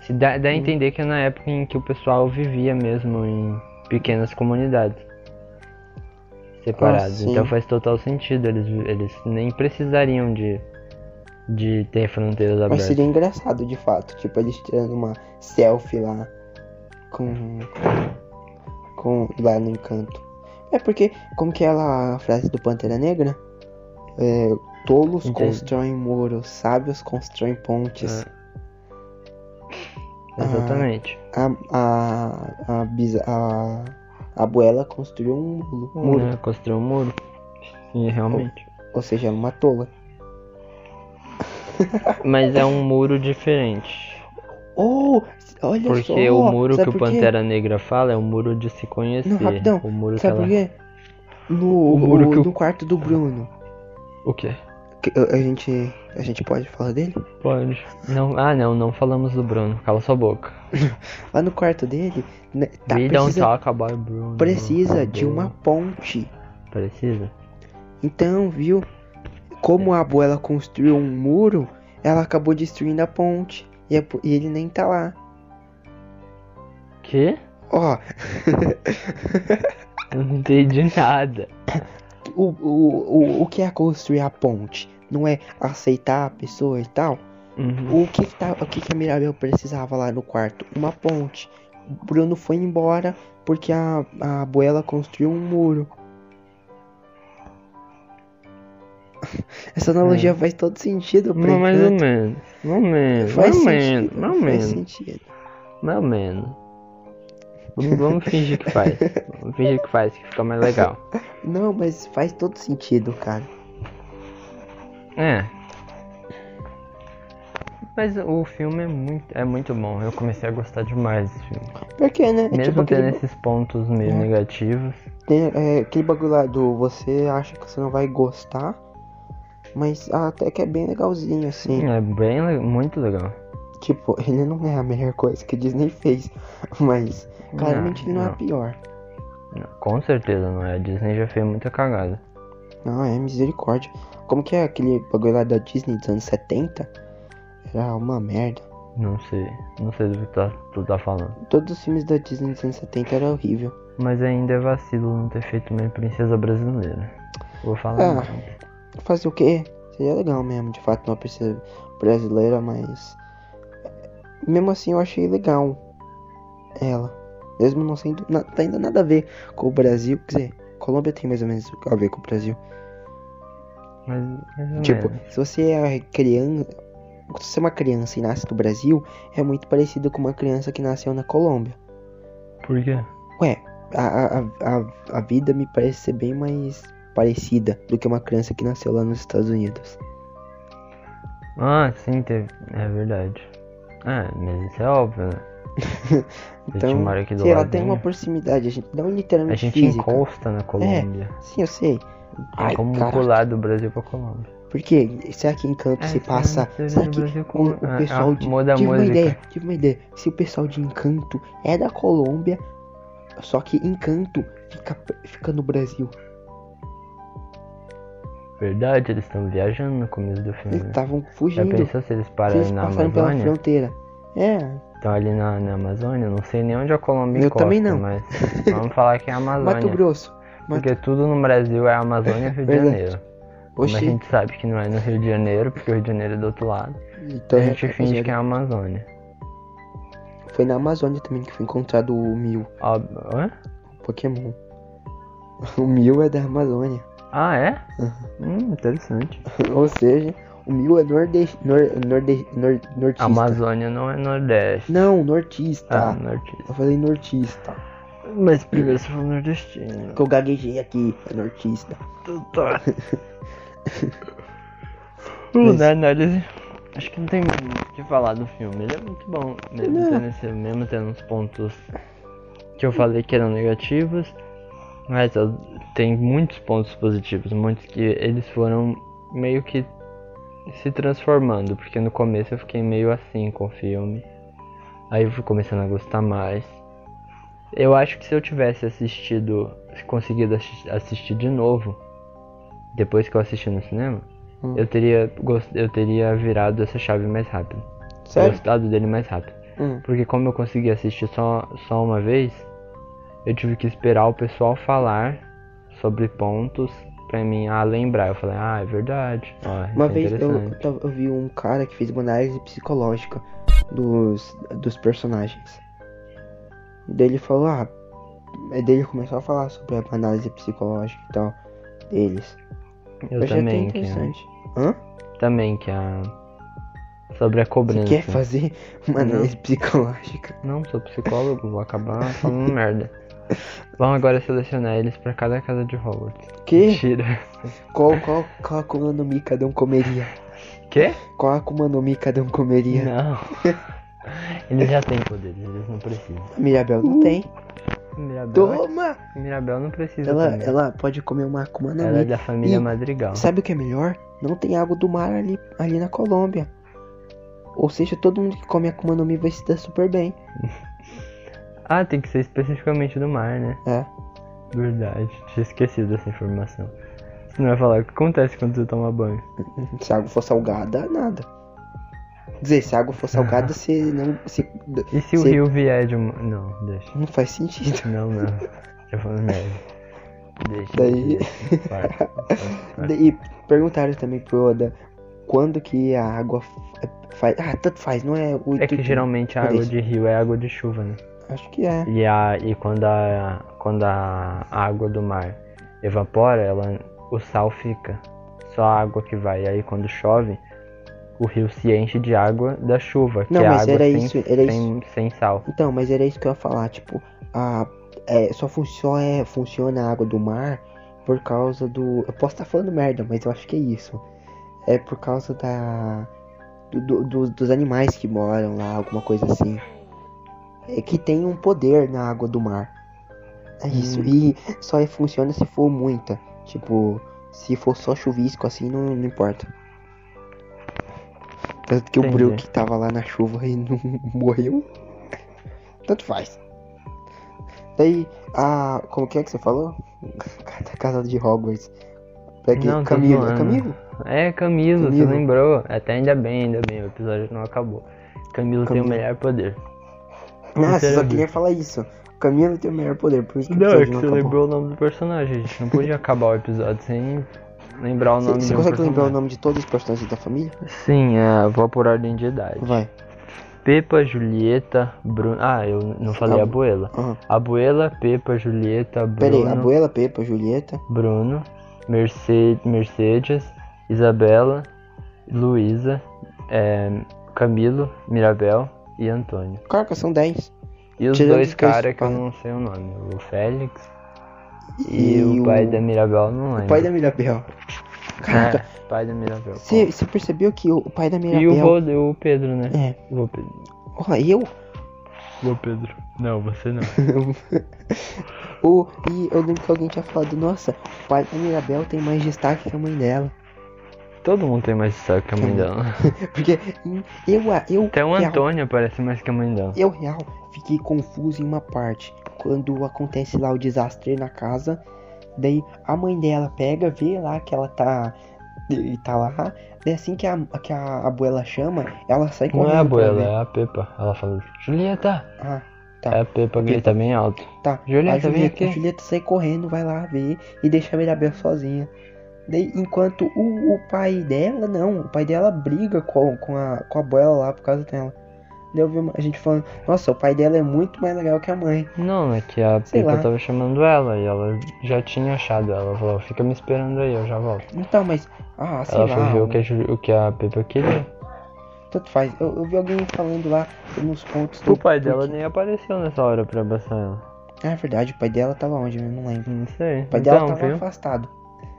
S1: se dá, dá a entender que é na época em que o pessoal vivia mesmo em pequenas comunidades separadas.
S2: sim.
S1: então faz total sentido, eles, eles nem precisariam de, de ter fronteiras
S2: mas
S1: abertas.
S2: seria engraçado de fato. Tipo, eles tirando uma selfie lá com. com lá no encanto. É porque, como que é lá a frase do Pantera Negra? É, tolos
S1: Entendi.
S2: constroem muros, sábios constroem pontes.
S1: É. Exatamente.
S2: A, a, a, bisa, a, a abuela construiu um muro, muro,
S1: Né? Construiu um muro. Sim, é, realmente.
S2: ou seja, ela é uma tola.
S1: Mas é um muro diferente.
S2: Oh, olha só.
S1: Porque o muro
S2: sabe
S1: que o
S2: por quê?
S1: Pantera Negra fala é o muro de se conhecer.
S2: Não, rapidão.
S1: O muro que
S2: Sabe
S1: ela.
S2: por quê? No,
S1: O muro
S2: o-
S1: que o-
S2: no quarto do Bruno.
S1: O quê?
S2: Que- a, a gente. A gente pode falar dele?
S1: Pode. Não, ah não, não falamos do Bruno. Cala sua boca.
S2: Lá no quarto dele, né, tá,
S1: We don't
S2: precisa,
S1: talk about Bruno.
S2: precisa de
S1: Bruno.
S2: uma ponte.
S1: Precisa?
S2: Então, viu? Como a abuela construiu um muro, ela acabou destruindo a ponte. E, é po- e ele nem tá lá.
S1: Que?
S2: Ó,
S1: Eu não entendi nada.
S2: o, o, o, o que é construir a ponte? Não é aceitar a pessoa e tal?
S1: Uhum.
S2: O que, que, tá, o que, que a Mirabel precisava lá no quarto? Uma ponte. O Bruno foi embora porque a, a abuela construiu um muro. Essa analogia faz todo sentido, por
S1: É. Não, mais ou
S2: enquanto.
S1: menos. Mais ou menos.
S2: Faz
S1: Mais ou menos.
S2: sentido,
S1: Mais ou
S2: faz
S1: menos.
S2: sentido.
S1: Mais ou menos. Vamos, vamos fingir que faz. Vamos fingir que faz, que fica mais legal.
S2: Não, mas faz todo sentido, cara.
S1: É. Mas o filme é muito, é muito bom. Eu comecei a gostar demais desse filme.
S2: Por quê, né? É
S1: Mesmo
S2: tipo
S1: tendo
S2: aquele, É.
S1: esses pontos meio negativos.
S2: tem, é, aquele bagulho lá do você acha que você não vai gostar, mas até que é bem legalzinho, assim.
S1: É bem le- muito legal.
S2: Tipo, ele não é a melhor coisa que a Disney fez, mas claramente ele não, é
S1: não.
S2: a pior.
S1: Com certeza não é. A Disney já fez muita cagada.
S2: Não, é misericórdia. Como que é aquele bagulho lá da Disney dos anos 70? Era uma merda.
S1: Não sei. Não sei do que tá- tu tá falando.
S2: Todos os filmes da Disney dos anos 70 eram horrível.
S1: Mas ainda é vacilo não ter feito minha princesa brasileira. Vou falar
S2: Ah.
S1: mais.
S2: Fazer o quê? Seria legal mesmo, de fato, uma princesa brasileira, mas. Mesmo assim, eu achei legal ela. Mesmo não sendo. na- tá ainda nada a ver com o Brasil. Quer dizer, Colômbia tem mais ou menos a ver com o Brasil.
S1: Mas, mais ou
S2: Tipo,
S1: menos.
S2: se você é criança. Se você é uma criança e nasce no Brasil, é muito parecido com uma criança que nasceu na Colômbia.
S1: Por quê?
S2: Ué, a, a, a, a vida me parece ser bem mais parecida do que uma criança que nasceu lá nos Estados Unidos.
S1: Ah, sim, teve. É verdade. Ah, mas isso é óbvio, né? A gente
S2: Então,
S1: mora aqui do
S2: sei lá,
S1: ladinho.
S2: tem uma proximidade, a gente não
S1: A
S2: literalmente
S1: gente
S2: física.
S1: encosta
S2: É.
S1: na Colômbia.
S2: Sim, eu sei.
S1: Tem
S2: Ai,
S1: como
S2: caraca.
S1: pular do Brasil pra Colômbia.
S2: Por quê? Será que Encanto
S1: É,
S2: se
S1: será-
S2: passa...
S1: será
S2: Será
S1: no
S2: que
S1: Brasil
S2: o,
S1: como-
S2: o
S1: ah,
S2: pessoal
S1: ah,
S2: de...
S1: muda a
S2: tive uma
S1: música.
S2: ideia, tive uma ideia. Se o pessoal de Encanto é da Colômbia, só que Encanto fica, fica no Brasil.
S1: Verdade, eles estão viajando no começo do filme.
S2: Eles
S1: né?
S2: estavam
S1: Já
S2: fugindo.
S1: pensou se eles
S2: Se eles
S1: pararem na
S2: passaram pela
S1: Amazônia?
S2: fronteira. É,
S1: Estão ali na, na Amazônia? Não sei nem onde a Colômbia
S2: Eu
S1: encosta,
S2: também não.
S1: mas vamos falar que é a Amazônia.
S2: Mato Grosso.
S1: Porque tudo no Brasil é Amazônia e Rio de
S2: Verdade.
S1: Janeiro. Mas a
S2: Oxi,
S1: gente sabe que não é no Rio de Janeiro, porque o Rio de Janeiro é do outro lado.
S2: então
S1: a gente
S2: é-
S1: finge que é a Amazônia.
S2: Foi na Amazônia também que foi encontrado o Mil,
S1: Ó, hã?
S2: o Pokémon. O Mil é da Amazônia.
S1: Ah, é? Hum, interessante.
S2: Ou seja, o Mil é nordeste, nor, norde- nor- nortista.
S1: Amazônia não é Nordeste.
S2: Não, nortista.
S1: Ah, Nortista.
S2: Eu falei nortista.
S1: Mas primeiro você falou nordestino.
S2: Que eu gaguejei aqui, é nortista.
S1: Tá. Uh, Na análise, acho que não tem muito o que falar do filme. Ele é muito bom, mesmo,
S2: Não.
S1: tendo, esse- mesmo tendo uns pontos que eu falei que eram negativos. Mas eu- tem muitos pontos positivos, muitos que eles foram meio que se transformando, porque no começo eu fiquei meio assim com o filme. Aí eu fui começando a gostar mais. Eu acho que se eu tivesse assistido, conseguido assis- assistir de novo, depois que eu assisti no cinema,
S2: Hum.
S1: eu teria gos- eu teria virado essa chave mais rápido.
S2: Sério?
S1: Gostado dele mais rápido.
S2: Hum.
S1: Porque como eu consegui assistir só, só uma vez, eu tive que esperar o pessoal falar sobre pontos pra mim ah, lembrar. Eu falei, ah, é verdade. ó, isso
S2: Uma
S1: é
S2: vez eu,
S1: interessante.
S2: eu vi um cara que fez uma análise psicológica dos, dos personagens. Daí ele falou, ah, é dele começou a falar sobre a análise psicológica e tal deles.
S1: Eu,
S2: achei é até
S1: também, que, é
S2: interessante. Hã?
S1: também que a sobre a
S2: Você
S1: cobrança.
S2: quer fazer uma
S1: Não.
S2: análise psicológica?
S1: Não, sou psicólogo, vou acabar falando merda. Vamos agora selecionar eles pra cada casa de Hogwarts.
S2: Que?
S1: Mentira.
S2: Qual, qual, qual Akuma no Mi cada um comeria?
S1: Quê?
S2: Qual Akuma no Mi cada um comeria?
S1: Não. Eles já têm poderes, eles não Uh, precisam.
S2: Mirabel não tem.
S1: Mirabel,
S2: Toma!
S1: Mirabel não precisa.
S2: Ela,
S1: também.
S2: ela pode comer uma Akuma no
S1: Ela é
S2: Mi.
S1: da família
S2: E-
S1: Madrigal.
S2: Sabe o que é melhor? Não tem água do mar ali, ali na Colômbia. Ou seja, todo mundo que come Akuma no Mi vai se dar super bem.
S1: Ah, tem que ser especificamente do mar, né?
S2: É.
S1: Verdade, tinha esquecido dessa informação. Você não vai falar o que acontece quando você toma banho.
S2: Se a água for salgada, nada. Quer dizer, se a água for salgada, você não. Você,
S1: E se o
S2: você-
S1: rio vier de uma. Não, deixa.
S2: Não faz sentido.
S1: Não, não. Já falando merda. Deixa.
S2: Daí-
S1: deixa. Vai, vai, vai.
S2: E perguntaram também pro Oda quando que a água fa- faz. Ah, tanto faz, não é o.
S1: É que
S2: intuito-
S1: geralmente a água de rio é água de chuva, né?
S2: Acho que é.
S1: E, a, e quando, a, quando a água do mar evapora, ela, o sal fica. Só a água que vai. E aí quando chove, o rio se enche de água da chuva.
S2: Não,
S1: que é
S2: mas
S1: água
S2: era
S1: sem,
S2: isso, era
S1: sem, sem sal.
S2: Então, mas era isso que eu ia falar, tipo, a, é, só funciona, é, funciona a água do mar por causa do. Eu posso estar falando merda, mas eu acho que é isso. É por causa da. do- do- do- dos animais que moram lá, alguma coisa assim. É que tem um poder na água do mar. É isso.
S1: Hum.
S2: E só é, funciona se for muita. Tipo, se for só chuvisco assim, não, não importa. Tanto que o
S1: Entendi.
S2: Brook tava lá na chuva e não morreu. Tanto faz. Daí, a. Como que é que você falou? Cada casa de Hogwarts. Pega
S1: Não, tô
S2: Camilo. É
S1: zoando.
S2: Camilo?
S1: É, Camilo, você
S2: Camilo.
S1: lembrou? Até ainda bem, ainda bem, o episódio não acabou. Camilo, tem o
S2: Camilo.
S1: melhor poder.
S2: Nossa, eu só
S1: Sinceramente.
S2: queria falar isso. Camilo tem o melhor poder, por isso que o
S1: Não, é
S2: episódio
S1: que
S2: não
S1: você
S2: acabou.
S1: lembrou o nome do personagem, gente. Não podia acabar o episódio sem lembrar o
S2: Você,
S1: nome
S2: você
S1: de um
S2: consegue lembrar o
S1: personagem.
S2: nome de todos os personagens da família?
S1: Sim, é, vou por ordem de idade.
S2: Vai.
S1: Pepa, Julieta, Bruno. Ah, eu não falei
S2: Ah,
S1: Abuela.
S2: Aham.
S1: Abuela, Pepa, Julieta,
S2: Pera aí,
S1: Bruno,
S2: Abuela, Pepa, Julieta.
S1: Bruno, Mercedes, Mercedes, Isabela, Luísa, é, Camilo, Mirabel e Antônio.
S2: Caraca, são 10.
S1: E os
S2: Tirando
S1: dois
S2: os dois
S1: caras que eu
S2: pais.
S1: não sei o nome, o Félix e, o pai da Mirabel, eu não lembro.
S2: O pai da Mirabel. Caraca,
S1: É, pai da Mirabel.
S2: você você percebeu que o pai da Mirabel.
S1: E o, Rod- o Pedro, né?
S2: É.
S1: O Pedro.
S2: Ó, eu?
S1: O Pedro. Não, você não.
S2: o, e eu lembro que alguém tinha falado, nossa, o pai da Mirabel tem mais destaque que a mãe dela.
S1: Todo mundo tem mais destaque que a mãe dela.
S2: Porque hum, eu, a- eu,
S1: Até o
S2: real,
S1: Antônio aparece mais que a mãe dela.
S2: eu real fiquei confuso em uma parte. Quando acontece lá o desastre na casa, daí a mãe dela pega, vê lá que ela tá. E tá lá, daí assim que a, que a abuela chama, ela sai
S1: Não
S2: correndo.
S1: é a
S2: pra
S1: Abuela,
S2: ver.
S1: é a Pepa. Ela fala, assim, Julieta!
S2: Ah, tá.
S1: É a Pepa grita bem alto.
S2: Tá,
S1: Julieta,
S2: a
S1: vem
S2: Julieta,
S1: aqui.
S2: a Julieta sai correndo, vai lá ver e deixa a Mirabel sozinha. Daí, enquanto o, o pai dela, não, o pai dela briga com, com, a, com a abuela lá por causa dela. Daí eu vi uma- a gente falando, nossa, o pai dela é muito mais legal que a mãe.
S1: Não, é que a
S2: Sei
S1: Pepa
S2: lá.
S1: tava chamando ela e ela já tinha achado ela. Ela falou, fica me esperando aí, eu já volto.
S2: Então, mas, ah, sei
S1: ela
S2: lá,
S1: foi ver o que, a Ju- o que a Pepa queria.
S2: tanto faz. Eu, eu vi alguém falando lá nos pontos
S1: O pai dela
S2: porque-
S1: nem apareceu nessa hora pra abraçar ela.
S2: Ah, é verdade, o pai dela tava onde, eu não lembro.
S1: Não sei.
S2: O pai dela
S1: então,
S2: tava
S1: viu?
S2: afastado.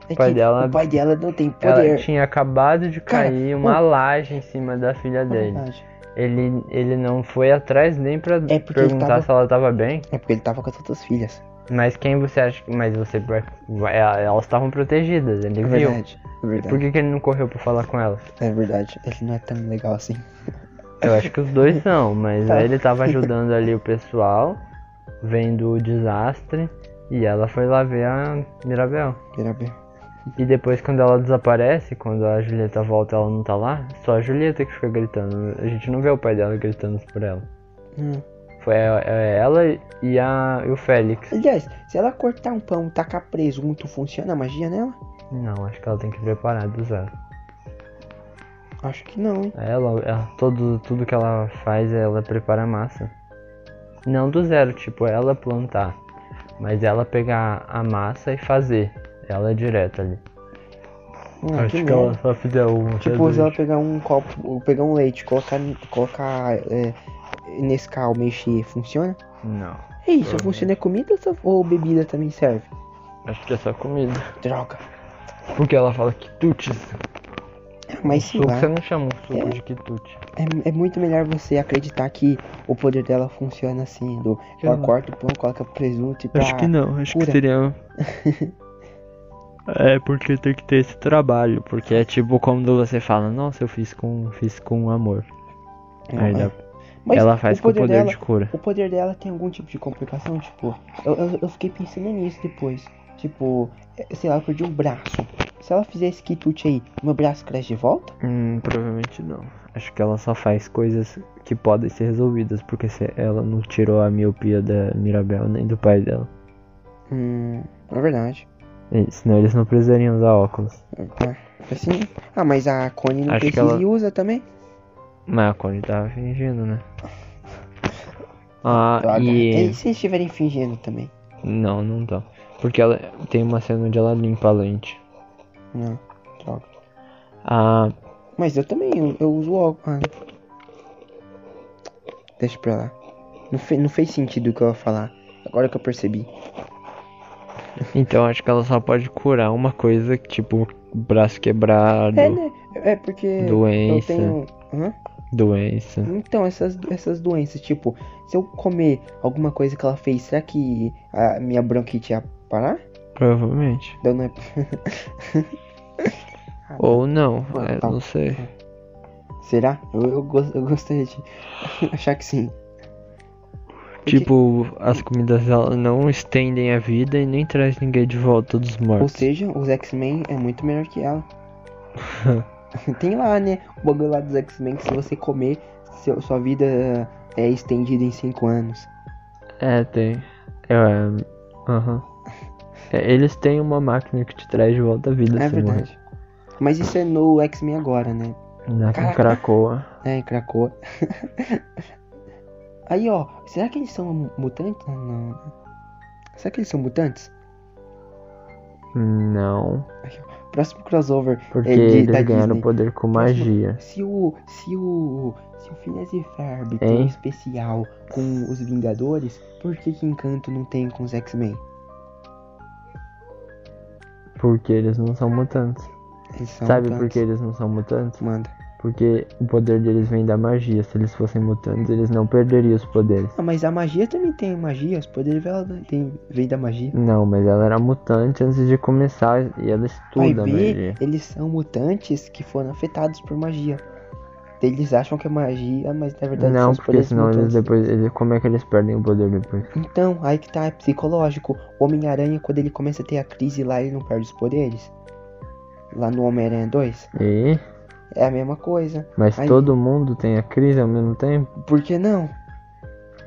S2: É
S1: pai dela-
S2: O pai dela não tem
S1: Ela
S2: poder.
S1: tinha acabado de
S2: Cara,
S1: cair uma laje em cima da filha
S2: É
S1: dele.
S2: verdade.
S1: Ele, ele não foi atrás nem pra
S2: É porque ele
S1: perguntar
S2: tava-
S1: se ela tava bem.
S2: É porque ele tava com as outras filhas.
S1: Mas quem você acha que. Mas você. vai- vai- ah, Elas estavam protegidas, ele
S2: É
S1: viu.
S2: verdade. É verdade.
S1: Por que, que ele não correu pra falar com elas?
S2: É verdade. Ele não é tão legal assim.
S1: Eu acho que os dois são, mas
S2: Tá.
S1: ele tava ajudando ali o pessoal, vendo o desastre, e ela foi lá ver a Mirabel.
S2: Mirabel.
S1: E depois quando ela desaparece, quando a Julieta volta ela não tá lá, só a Julieta que fica gritando. A gente não vê o pai dela gritando por ela.
S2: Hum.
S1: Foi é- é ela e, a, e o Félix.
S2: Aliás, se ela cortar um pão, tacar presunto, funciona a magia nela?
S1: Não, acho que ela tem que preparar do zero.
S2: Acho que não, hein?
S1: Ela, ela todo, tudo que ela faz, ela prepara a massa. Não do zero, tipo, ela plantar. Mas ela pegar a massa e fazer. Ela é direta ali.
S2: Ah,
S1: acho que,
S2: merda.
S1: ela só fizer um.
S2: Tipo, se ela pegar um copo, ou pegar um leite, colocar, colocar é, Nescau, mexer, funciona?
S1: Não.
S2: É isso, funciona é comida ou só- ou bebida também serve?
S1: Acho que é só comida.
S2: Droga.
S1: Porque ela fala quitutes.
S2: Mas sei
S1: Suco
S2: lá,
S1: você não chama um suco
S2: É.
S1: de quitute.
S2: é, é muito melhor você acreditar que o poder dela funciona assim, do
S1: Eu
S2: ela
S1: não.
S2: corta o pão, coloca presunto e pá.
S1: não, acho
S2: que Tá. Cura.
S1: seria. um. É porque tem que ter esse trabalho, porque é tipo quando você fala, nossa, eu fiz com, fiz com amor.
S2: Não,
S1: Aí
S2: é.
S1: dá-
S2: Mas
S1: ela faz com o poder
S2: dela,
S1: de cura.
S2: O poder dela tem algum tipo de complicação, tipo, eu, eu, eu fiquei pensando nisso depois. Tipo, é, sei lá, eu perdi um braço. Se ela fizer esse quitute aí, meu braço cresce de volta?
S1: Hum, provavelmente não. Acho que ela só faz coisas que podem ser resolvidas, porque se ela não tirou a miopia da Mirabel nem do pai dela.
S2: Hum, é verdade.
S1: E, senão eles não precisariam usar óculos.
S2: É, assim, ah, mas a Connie não
S1: Acho que
S2: precisa
S1: ela-
S2: e usa também?
S1: Mas a Connie tava fingindo, né? Ah,
S2: Droga.
S1: e.
S2: E É, se estiverem fingindo também?
S1: Não, não tá. Porque ela tem uma cena onde ela limpa a lente.
S2: Não, droga.
S1: Ah,
S2: Mas eu também, eu, eu uso óculos. Ah, não. Deixa pra lá. Não, fe- não fez sentido o que eu ia falar. Agora que eu percebi.
S1: então acho que ela só pode curar uma coisa, tipo, braço quebrado,
S2: É, né? É porque
S1: Doença.
S2: eu tenho. Hã?
S1: doença.
S2: Então, essas, essas doenças, tipo, se eu comer alguma coisa que ela fez, será que a minha bronquite ia parar? né?
S1: Provavelmente.
S2: Eu não ia-
S1: Ou não,
S2: Ah,
S1: é,
S2: tá.
S1: não sei.
S2: será? Eu, eu, gos- eu gostaria de achar que sim. Porque-
S1: Tipo, as comidas dela não estendem a vida e nem traz ninguém de volta dos
S2: Ou
S1: mortos.
S2: seja, os X-Men é muito melhor que ela. Tem lá, né? O bagulho lá dos X-Men que se você comer, seu- sua vida é estendida em 5 anos.
S1: É, tem. É, é, aham. É, eles têm uma máquina que te traz de volta a vida.
S2: é
S1: se
S2: verdade. Mas isso é no X-Men agora, né?
S1: morrer. Na
S2: Caraca.
S1: Cracoa.
S2: É, em Krakoa. Aí, ó, será que eles são mu- mutantes? Não, não. Será que eles são mutantes?
S1: Não.
S2: Próximo crossover
S1: Porque
S2: é de, da
S1: eles ganharam
S2: Disney.
S1: poder com magia.
S2: Se o. Se o. Se o Phineas e Ferb
S1: Hein?
S2: tem um especial com os Vingadores, por que, que encanto não tem com os X-Men?
S1: Porque eles não são mutantes.
S2: Eles são
S1: Sabe por
S2: mutantes.
S1: que eles não são mutantes?
S2: Manda.
S1: Porque o poder deles vem da magia. Se eles fossem mutantes, eles não perderiam os poderes.
S2: Ah, mas a magia também tem magia, os poderes dela tem, vem da magia.
S1: Não, mas ela era mutante antes de começar e ela
S2: Vai
S1: estuda né? a magia.
S2: ver, eles são mutantes que foram afetados por magia. Eles acham que é magia, mas na verdade são
S1: Não,
S2: os
S1: porque
S2: poderes né?
S1: senão eles
S2: mutantes.
S1: depois. Eles, como é que eles perdem o poder depois?
S2: Então, aí que tá, é psicológico. O Homem-Aranha, quando ele começa a ter a crise lá, ele não perde os poderes. Lá no Homem-Aranha 2,
S1: E?
S2: é a mesma coisa.
S1: Mas
S2: Aí-
S1: todo mundo tem a crise ao mesmo tempo?
S2: Por que não?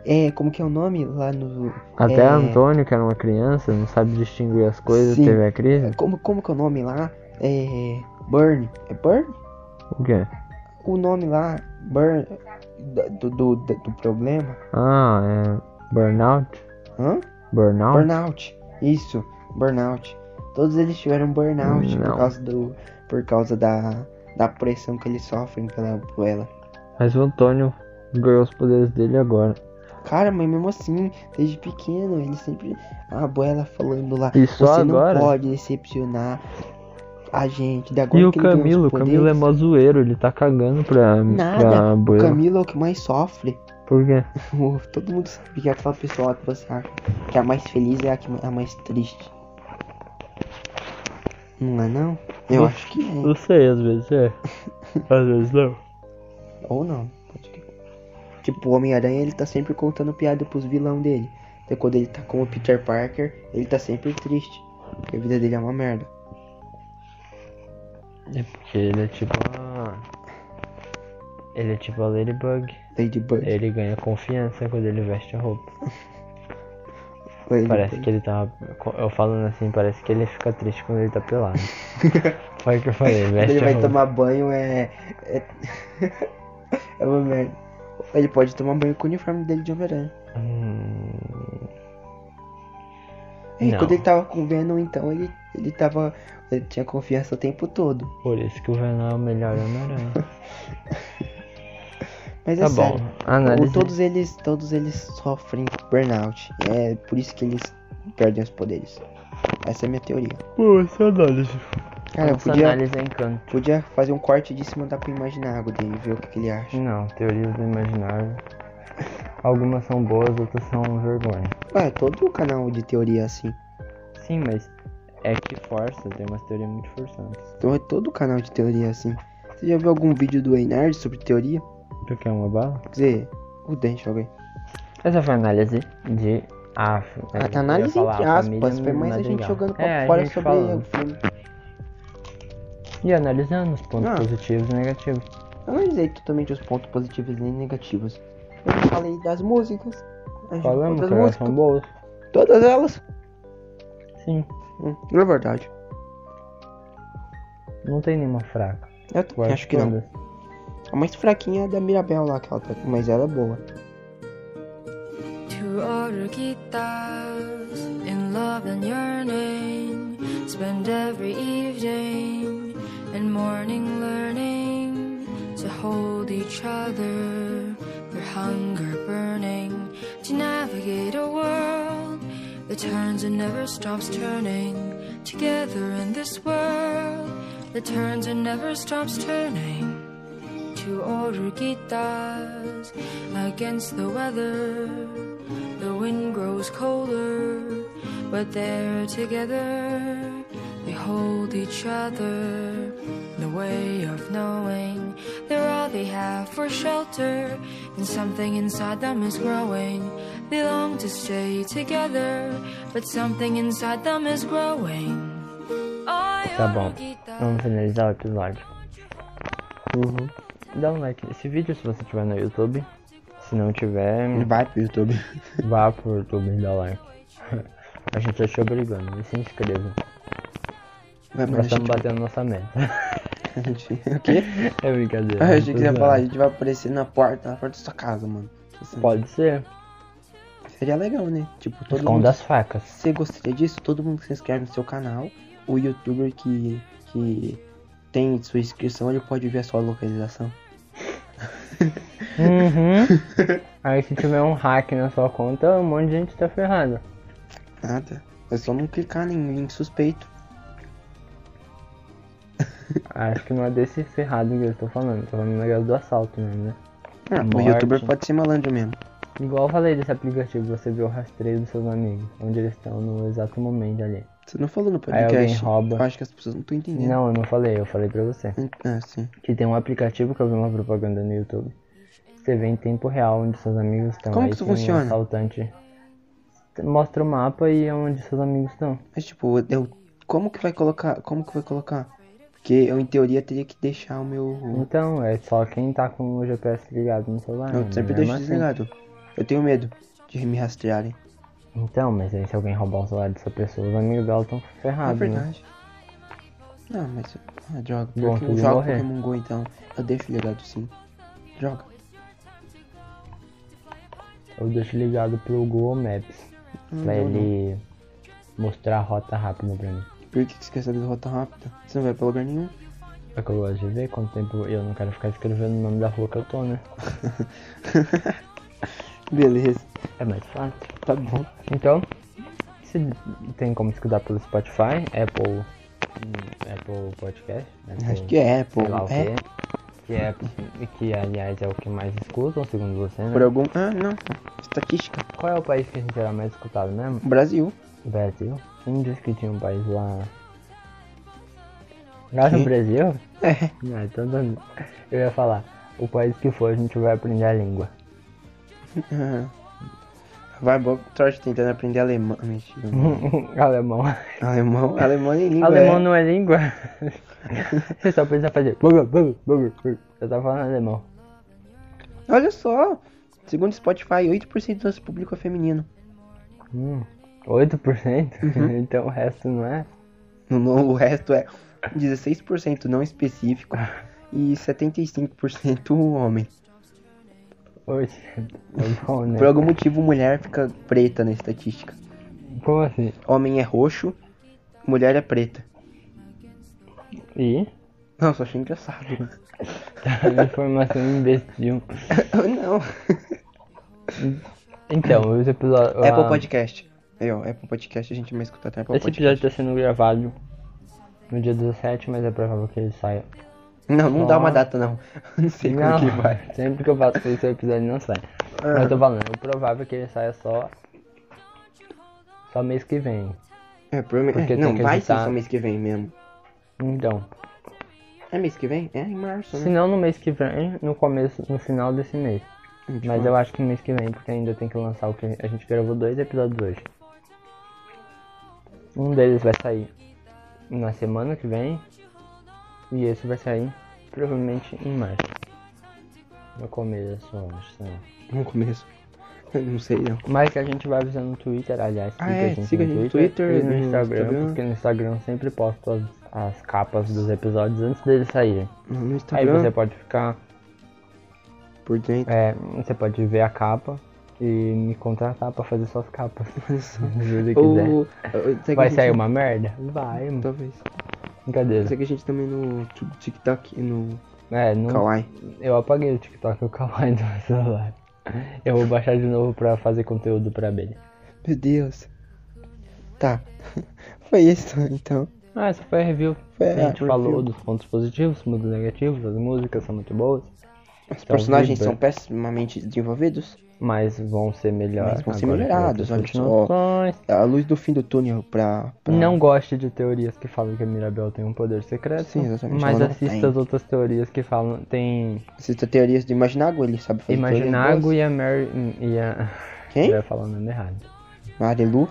S2: É, como que é o nome lá no...
S1: Até
S2: é,
S1: Antônio, que era uma criança, não sabe distinguir as coisas,
S2: Sim.
S1: teve a crise?
S2: Como, como que é o nome lá? É... Burn. É Burn?
S1: O quê?
S2: O nome lá, Burn... da- Do, do, da- do problema.
S1: Ah, é. Burnout?
S2: Hã?
S1: Burnout?
S2: Burnout. Isso, burnout. Todos eles tiveram burnout
S1: Não.
S2: por causa do por causa da, da pressão que eles sofrem pela por ela.
S1: Mas o Antônio ganhou os poderes dele agora.
S2: Cara, mas mesmo assim, desde pequeno, ele sempre. A abuela falando lá.
S1: E só
S2: Você
S1: agora?
S2: não pode decepcionar a gente. Da
S1: e o Camilo, o Camilo é mó zoeiro, ele tá cagando pra,
S2: Nada.
S1: pra
S2: O
S1: abuela.
S2: Camilo é o que mais sofre.
S1: Por quê?
S2: Amor, Todo mundo sabe que é aquela pessoa que você acha que é a mais feliz é a, que, a mais triste. Não é não?
S1: Hum.
S2: Eu acho que é.
S1: Não sei, às vezes é. Às vezes não.
S2: Ou não. Pode que... Tipo, o Homem-Aranha ele tá sempre contando piada pros vilão dele. Até quando ele tá com o Peter Parker, ele tá sempre triste. Porque a vida dele é uma merda.
S1: É porque ele é tipo a... Ele é tipo a Ladybug.
S2: Ladybug.
S1: Ele ganha confiança quando ele veste a roupa.
S2: Ladybug.
S1: Parece que ele tá... Eu falando assim, parece que ele fica triste quando ele tá pelado. Foi o que eu falei,
S2: Quando
S1: veste
S2: ele
S1: a
S2: vai
S1: roupa.
S2: tomar banho é. É, é uma merda. Ele pode tomar banho com o uniforme dele de Homem-Aranha.
S1: Hum,
S2: E
S1: Não.
S2: quando ele tava com o Venom, então ele, ele tava. Ele tinha confiança o tempo todo.
S1: por isso que o Venom é o melhor Homem-Aranha.
S2: Mas é
S1: Tá bom,
S2: sério.
S1: análise.
S2: O- Todos eles, todos eles sofrem burnout. É por isso que eles perdem os poderes. Essa é a minha teoria.
S1: Pô, essa análise.
S2: Cara, eu
S1: Essa
S2: podia,
S1: análise é encanto.
S2: podia fazer um corte disso e mandar pro imaginário dele, ver o que, que ele acha.
S1: Não, teorias do imaginário. Algumas são boas, outras são vergonha.
S2: Ué, Ah, é todo canal de teoria é assim.
S1: Sim, mas é que força, tem umas teorias muito forçantes.
S2: Então é todo canal de teoria é assim. Você já viu algum vídeo do Einard sobre teoria?
S1: Tu quer uma bala?
S2: Quer dizer, o dente, alguém.
S1: Essa foi a análise de af.
S2: A Ah, tá, análise entre aspas, foi mais
S1: é
S2: É, a gente jogando papo fora sobre o filme.
S1: E analisando os pontos
S2: Ah.
S1: positivos e negativos.
S2: Eu não dizer totalmente os pontos positivos nem negativos. Eu falei das músicas. das
S1: Falamos que
S2: outras
S1: elas são
S2: músicas.
S1: boas.
S2: Todas elas.
S1: Sim,
S2: Hum, não é verdade.
S1: não tem nenhuma fraca.
S2: Eu também
S1: Quase
S2: acho que não.
S1: todas.
S2: A mais fraquinha é a da Mirabel lá, aquela outra, mas ela é boa.
S3: Two other guitars in love and yearning. Spend every evening and morning learning to hold each other, their hunger burning, to navigate a world that turns and never stops turning. Together in this world that turns and never stops turning to order guitars against the weather. The wind grows colder, but they're together. They hold each other. The way of knowing they're all they have for shelter, and something inside them is growing. They long to stay together, but something inside them is growing.
S1: Tá bom, vamos finalizar o episódio.
S2: Uhum.
S1: Dá um like nesse vídeo se você tiver no YouTube. Se não tiver,
S2: Vai pro YouTube.
S1: vá pro YouTube e dá like. A gente tá te obrigando, e se inscreva.
S2: Vai, mas
S1: Nós
S2: a gente...
S1: estamos batendo nossa meta.
S2: a gente- O quê?
S1: É brincadeira.
S2: Ah, eu
S1: não
S2: achei
S1: tô
S2: que você ia
S1: zoando.
S2: falar, a gente vai aparecer na porta, na porta da sua casa, mano. Assim,
S1: Pode ser.
S2: Seria legal, né? Tipo, todo mundo...
S1: Esconda as facas.
S2: Se você gostaria disso, todo mundo que se inscreve no seu canal, o youtuber que, que tem sua inscrição, ele pode ver a sua localização.
S1: Uhum. Aí se tiver um hack na sua conta, um monte de gente tá ferrada.
S2: Nada. É só não clicar em link suspeito.
S1: Acho que não é desse ferrado que eu tô falando. Tô falando do negócio do assalto mesmo, né?
S2: Ah, o
S1: Morte.
S2: youtuber pode ser malandro mesmo.
S1: Igual eu falei desse aplicativo, você vê o rastreio dos seus amigos, onde eles estão no exato momento ali.
S2: Você não falou no
S1: Aí
S2: podcast.
S1: alguém rouba.
S2: Eu acho que as pessoas não estão entendendo.
S1: Não, eu não falei, eu falei pra você.
S2: Ah, sim.
S1: Que tem um aplicativo que eu vi uma propaganda no YouTube. Você vê em tempo real onde seus amigos estão.
S2: Como
S1: Aí
S2: que isso
S1: tem um
S2: funciona?
S1: assaltante. Mostra o mapa e é onde seus amigos estão.
S2: Mas tipo, eu, como que vai colocar? Como que vai colocar? Porque eu em teoria teria que deixar o meu.
S1: Então, é só quem tá com o GPS ligado no celular. né?
S2: Eu sempre
S1: Mesmo
S2: deixo
S1: assim.
S2: desligado. Eu tenho medo de me rastrearem.
S1: Então, mas aí se alguém roubar o celular dessa pessoa, os amigos dela estão
S2: É
S1: ferrados, né?
S2: verdade. Não, mas. Ah, droga.
S1: Bom,
S2: Porque eu
S1: tudo
S2: jogo
S1: morrer.
S2: Pokémon Go então. Eu deixo ligado sim. Joga.
S1: Eu deixo ligado pro Google Maps. Pra
S2: eu
S1: ele mostrar a rota rápida pra mim.
S2: Por que que você quer saber do Rota Rápida? Você não vai pra lugar nenhum.
S1: É que eu gosto de ver quanto tempo eu não quero ficar escrevendo o nome da rua que eu tô, né?
S2: Beleza.
S1: É mais fácil.
S2: Tá bom.
S1: Então, se tem como escutar pelo Spotify, Apple, hum, Apple Podcast, Apple,
S2: Acho que é, pô.
S1: sei lá o
S2: É.
S1: quê. que é que aliás é o que mais escutam, segundo você, né?
S2: Por algum. Ah, não. Estatística.
S1: Qual é o país que a gente era mais escutado mesmo?
S2: Brasil.
S1: Brasil? Você não disse que tinha um país lá. Lá no
S2: Quê?
S1: Brasil?
S2: É.
S1: Não, então dando- eu ia falar, o país que for a gente vai aprender a língua.
S2: Ah. Vai, Bob Trout tentando aprender alemão. Mentira.
S1: Alemão.
S2: alemão? Alemão nem língua.
S1: Alemão
S2: é.
S1: não é língua? Você só precisa fazer. bugu, bugu, bugu, bugu. Eu tava falando alemão.
S2: Olha só. Segundo Spotify, 8% do nosso público é feminino.
S1: Hum, 8%? então o resto não é?
S2: No, no- o resto é 16% não específico e 75% homem.
S1: Oxe, tá bom, né?
S2: Por algum motivo, mulher fica preta na estatística.
S1: Como assim?
S2: Homem é roxo, mulher é preta.
S1: E?
S2: Não, só achei engraçado.
S1: Informação imbecil.
S2: não.
S1: Então, esse episódio.
S2: Apple
S1: ah,
S2: Podcast. Aí, ó, Apple Podcast a gente vai escutar até Apple
S1: Esse
S2: Podcast.
S1: episódio tá sendo gravado no dia 17, mas é provável que ele saia.
S2: Não, não dá uma
S1: Ó.
S2: data, não. Não sei como que vai.
S1: Sempre que eu faço isso, o episódio não sai. Mas eu tô falando, o provável é que ele saia só. Só mês que vem.
S2: É, provavelmente.
S1: Porque
S2: é, Não,
S1: tem que
S2: vai ser
S1: editar.
S2: só mês que vem mesmo.
S1: Então,
S2: É mês que vem? É em março,
S1: se
S2: né?
S1: não no mês que vem, no começo, no final desse mês. Mas eu acho que no mês que vem, porque ainda tem que lançar o que a gente gravou dois episódios hoje. Um deles vai sair na semana que vem. E esse vai sair provavelmente em março. No começo, eu acho. sei lá.
S2: No começo. Não sei, não.
S1: Mas que a gente vai avisando no Twitter, aliás.
S2: Ah, é, siga a gente no Twitter,
S1: e no,
S2: no
S1: Instagram,
S2: Instagram.
S1: Porque no Instagram eu sempre posto as, as capas dos episódios antes deles saírem.
S2: No- No
S1: Aí você
S2: Instagram,
S1: pode ficar.
S2: por dentro.
S1: É, você pode ver a capa e me contratar pra fazer suas capas. É. Se você quiser.
S2: Ou. ou- segue a
S1: Vai
S2: gente
S1: sair
S2: no-
S1: uma merda? Vai, mano.
S2: Talvez.
S1: Brincadeira.
S2: Segue a gente também no Tik- TikTok e no
S1: É, não-
S2: Kawaii.
S1: eu apaguei o TikTok e o Kawaii do meu celular. Eu vou baixar de novo pra fazer conteúdo pra abelha.
S2: Meu Deus. Tá. Foi isso, então.
S1: Ah, essa foi a review.
S2: Foi
S1: a
S2: a
S1: gente
S2: review.
S1: falou dos pontos positivos, pontos negativos, as músicas são muito boas, Então,
S2: Os personagens
S1: Vitor.
S2: são pessimamente desenvolvidos.
S1: mas vão ser melhoradas.
S2: Mas vão ser melhorados, olha só. Tá. A luz do fim do túnel pra. pra-
S1: Não gosto de teorias que falam que a Mirabel tem um poder secreto.
S2: Sim, exatamente,
S1: Mas
S2: ela não
S1: assista
S2: tem.
S1: as outras teorias que falam. Tem
S2: Cita teorias do Imaginago, ele sabe fazer teorias
S1: Imaginago
S2: boas.
S1: e a Mary. E a.
S2: Quem?
S1: Eu ia falar o nome errado.
S2: Marilu.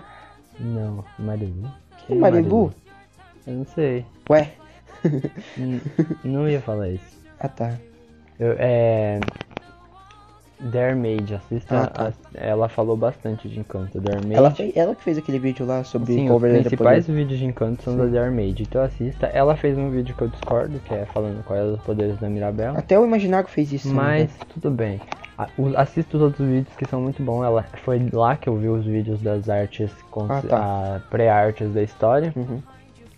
S1: Não, Marilu.
S2: Quem é Marilu?
S1: Eu não sei.
S2: Ué.
S1: N- não ia falar isso.
S2: ah tá.
S1: Eu, é. Dermaid, assista.
S2: Ah, tá.
S1: as- ela falou bastante de encanto. Dermaid.
S2: Ela, fez, ela que fez aquele vídeo lá sobre
S1: Sim, os
S2: Power Rangers
S1: principais
S2: Poder.
S1: vídeos de encanto são da Dermaid. Então assista. Ela fez um vídeo que eu discordo, que é falando qual é os poderes da Mirabel.
S2: Até o Imaginago fez isso.
S1: Mas
S2: Ah, né?
S1: tudo bem. A- o- Assista os outros vídeos que são muito bons. Ela, foi lá que eu vi os vídeos das artes, com
S2: Ah, tá.
S1: a pré-artes da história.
S2: Uhum.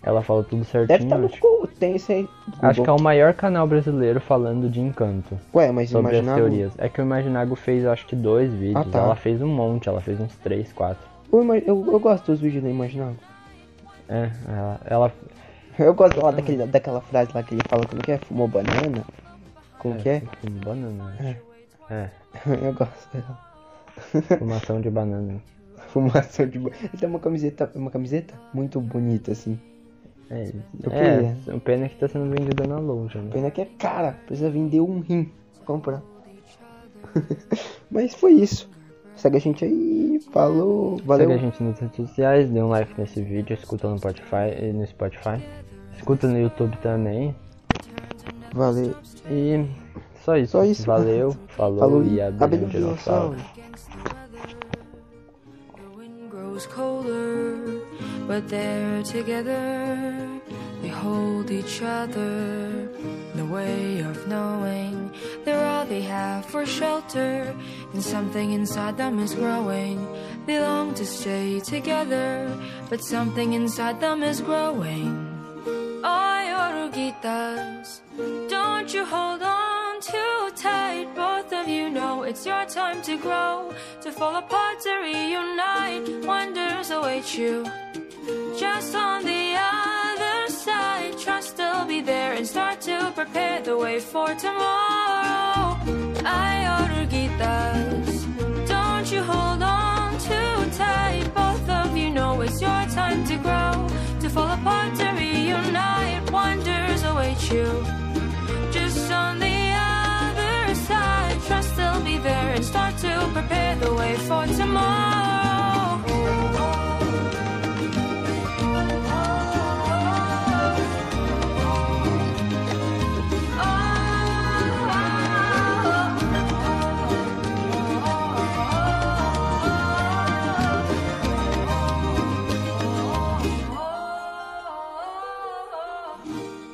S1: Ela fala tudo certinho.
S2: Deve estar no
S1: acho.
S2: cu. Tem isso aí.
S1: Acho que é o maior canal brasileiro falando de encanto
S2: Ué, mas
S1: sobre as
S2: Imaginago.
S1: teorias. É que o Imaginago fez, eu acho que dois vídeos.
S2: Ah, tá.
S1: Ela fez um monte, ela fez uns três, quatro.
S2: O Ima- Eu, eu gosto dos vídeos do Imaginago.
S1: É, ela, ela
S2: Eu gosto lá daquele, daquela frase lá que ele fala como que é? Fumou banana? Como que é?
S1: com banana. acho. É,
S2: Eu gosto dela.
S1: fumação de banana.
S2: Fumação de banana. Ele tem uma camiseta, uma camiseta muito bonita, assim.
S1: É,
S2: Eu
S1: é, o pena é que tá sendo vendida na loja, né?
S2: Pena que é cara, precisa vender um rim. pra Comprar. Mas foi isso. Segue a gente aí. Falou. Valeu.
S1: Segue a gente nas redes sociais, dê um like nesse vídeo, escuta no Spotify, eh, no Spotify, escuta no YouTube também.
S2: Valeu.
S1: E só isso.
S2: Só isso.
S1: Valeu, falou,
S2: Falou.
S1: e
S2: Abelha
S1: abelhão
S2: um
S1: dinossauro.
S2: dinossauro.
S3: The wind grows colder, but they're together. They hold each other. The way of knowing they're all they have for shelter, and something inside them is growing. They long to stay together, but something inside them is growing. Oh, Yorugitas, don't you hold on too tight. Both of you know it's your time to grow, to fall apart, to reunite. Wonders await you just on the other side. Trust they'll be there in and start to prepare the way for tomorrow. I order guitars. Don't you hold on too tight. Both of you know it's your time to grow, to fall apart, to reunite. Wonders await you just on the other side. Trust they'll be there and start to prepare the way for tomorrow.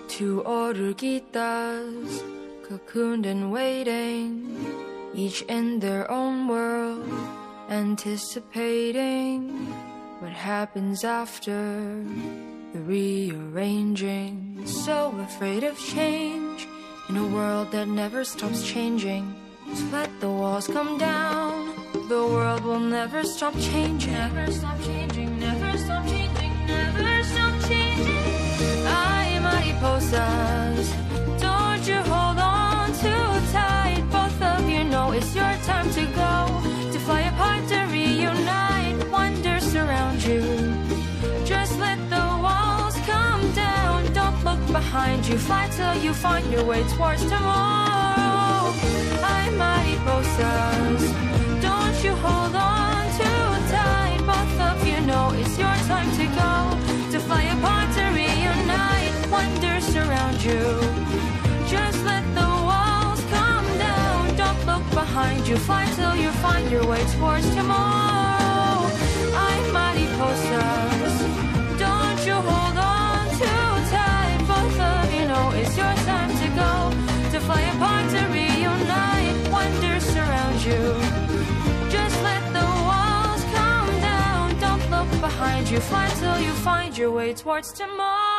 S3: Two order guitars, cocooned and waiting, each in their own world, anticipating what happens after the rearranging. So afraid of change in a world that never stops changing. So let the walls come down. The world will never stop changing. Never stop changing. Never stop changing. Never stop changing. I mariposas. Don't you hold on too tight. Both of you know it's your time to go. To fly apart, to reunite. Wonders surround you. Just let the walls come down. Don't look behind you. Fly till you find your way towards tomorrow. I mariposas. Don't you hold on too tight. Both of you know it's your time to go. To fly apart, to reunite. Wonders surround you. Just let the walls come down. Don't look behind you. Fly till you find your way towards tomorrow. I'm mariposas. Don't you hold on too tight. Both of you know it's your time to go. To fly apart, to reunite. Wonders surround you. Just let the walls come down. Don't look behind you. Fly till you find your way towards tomorrow.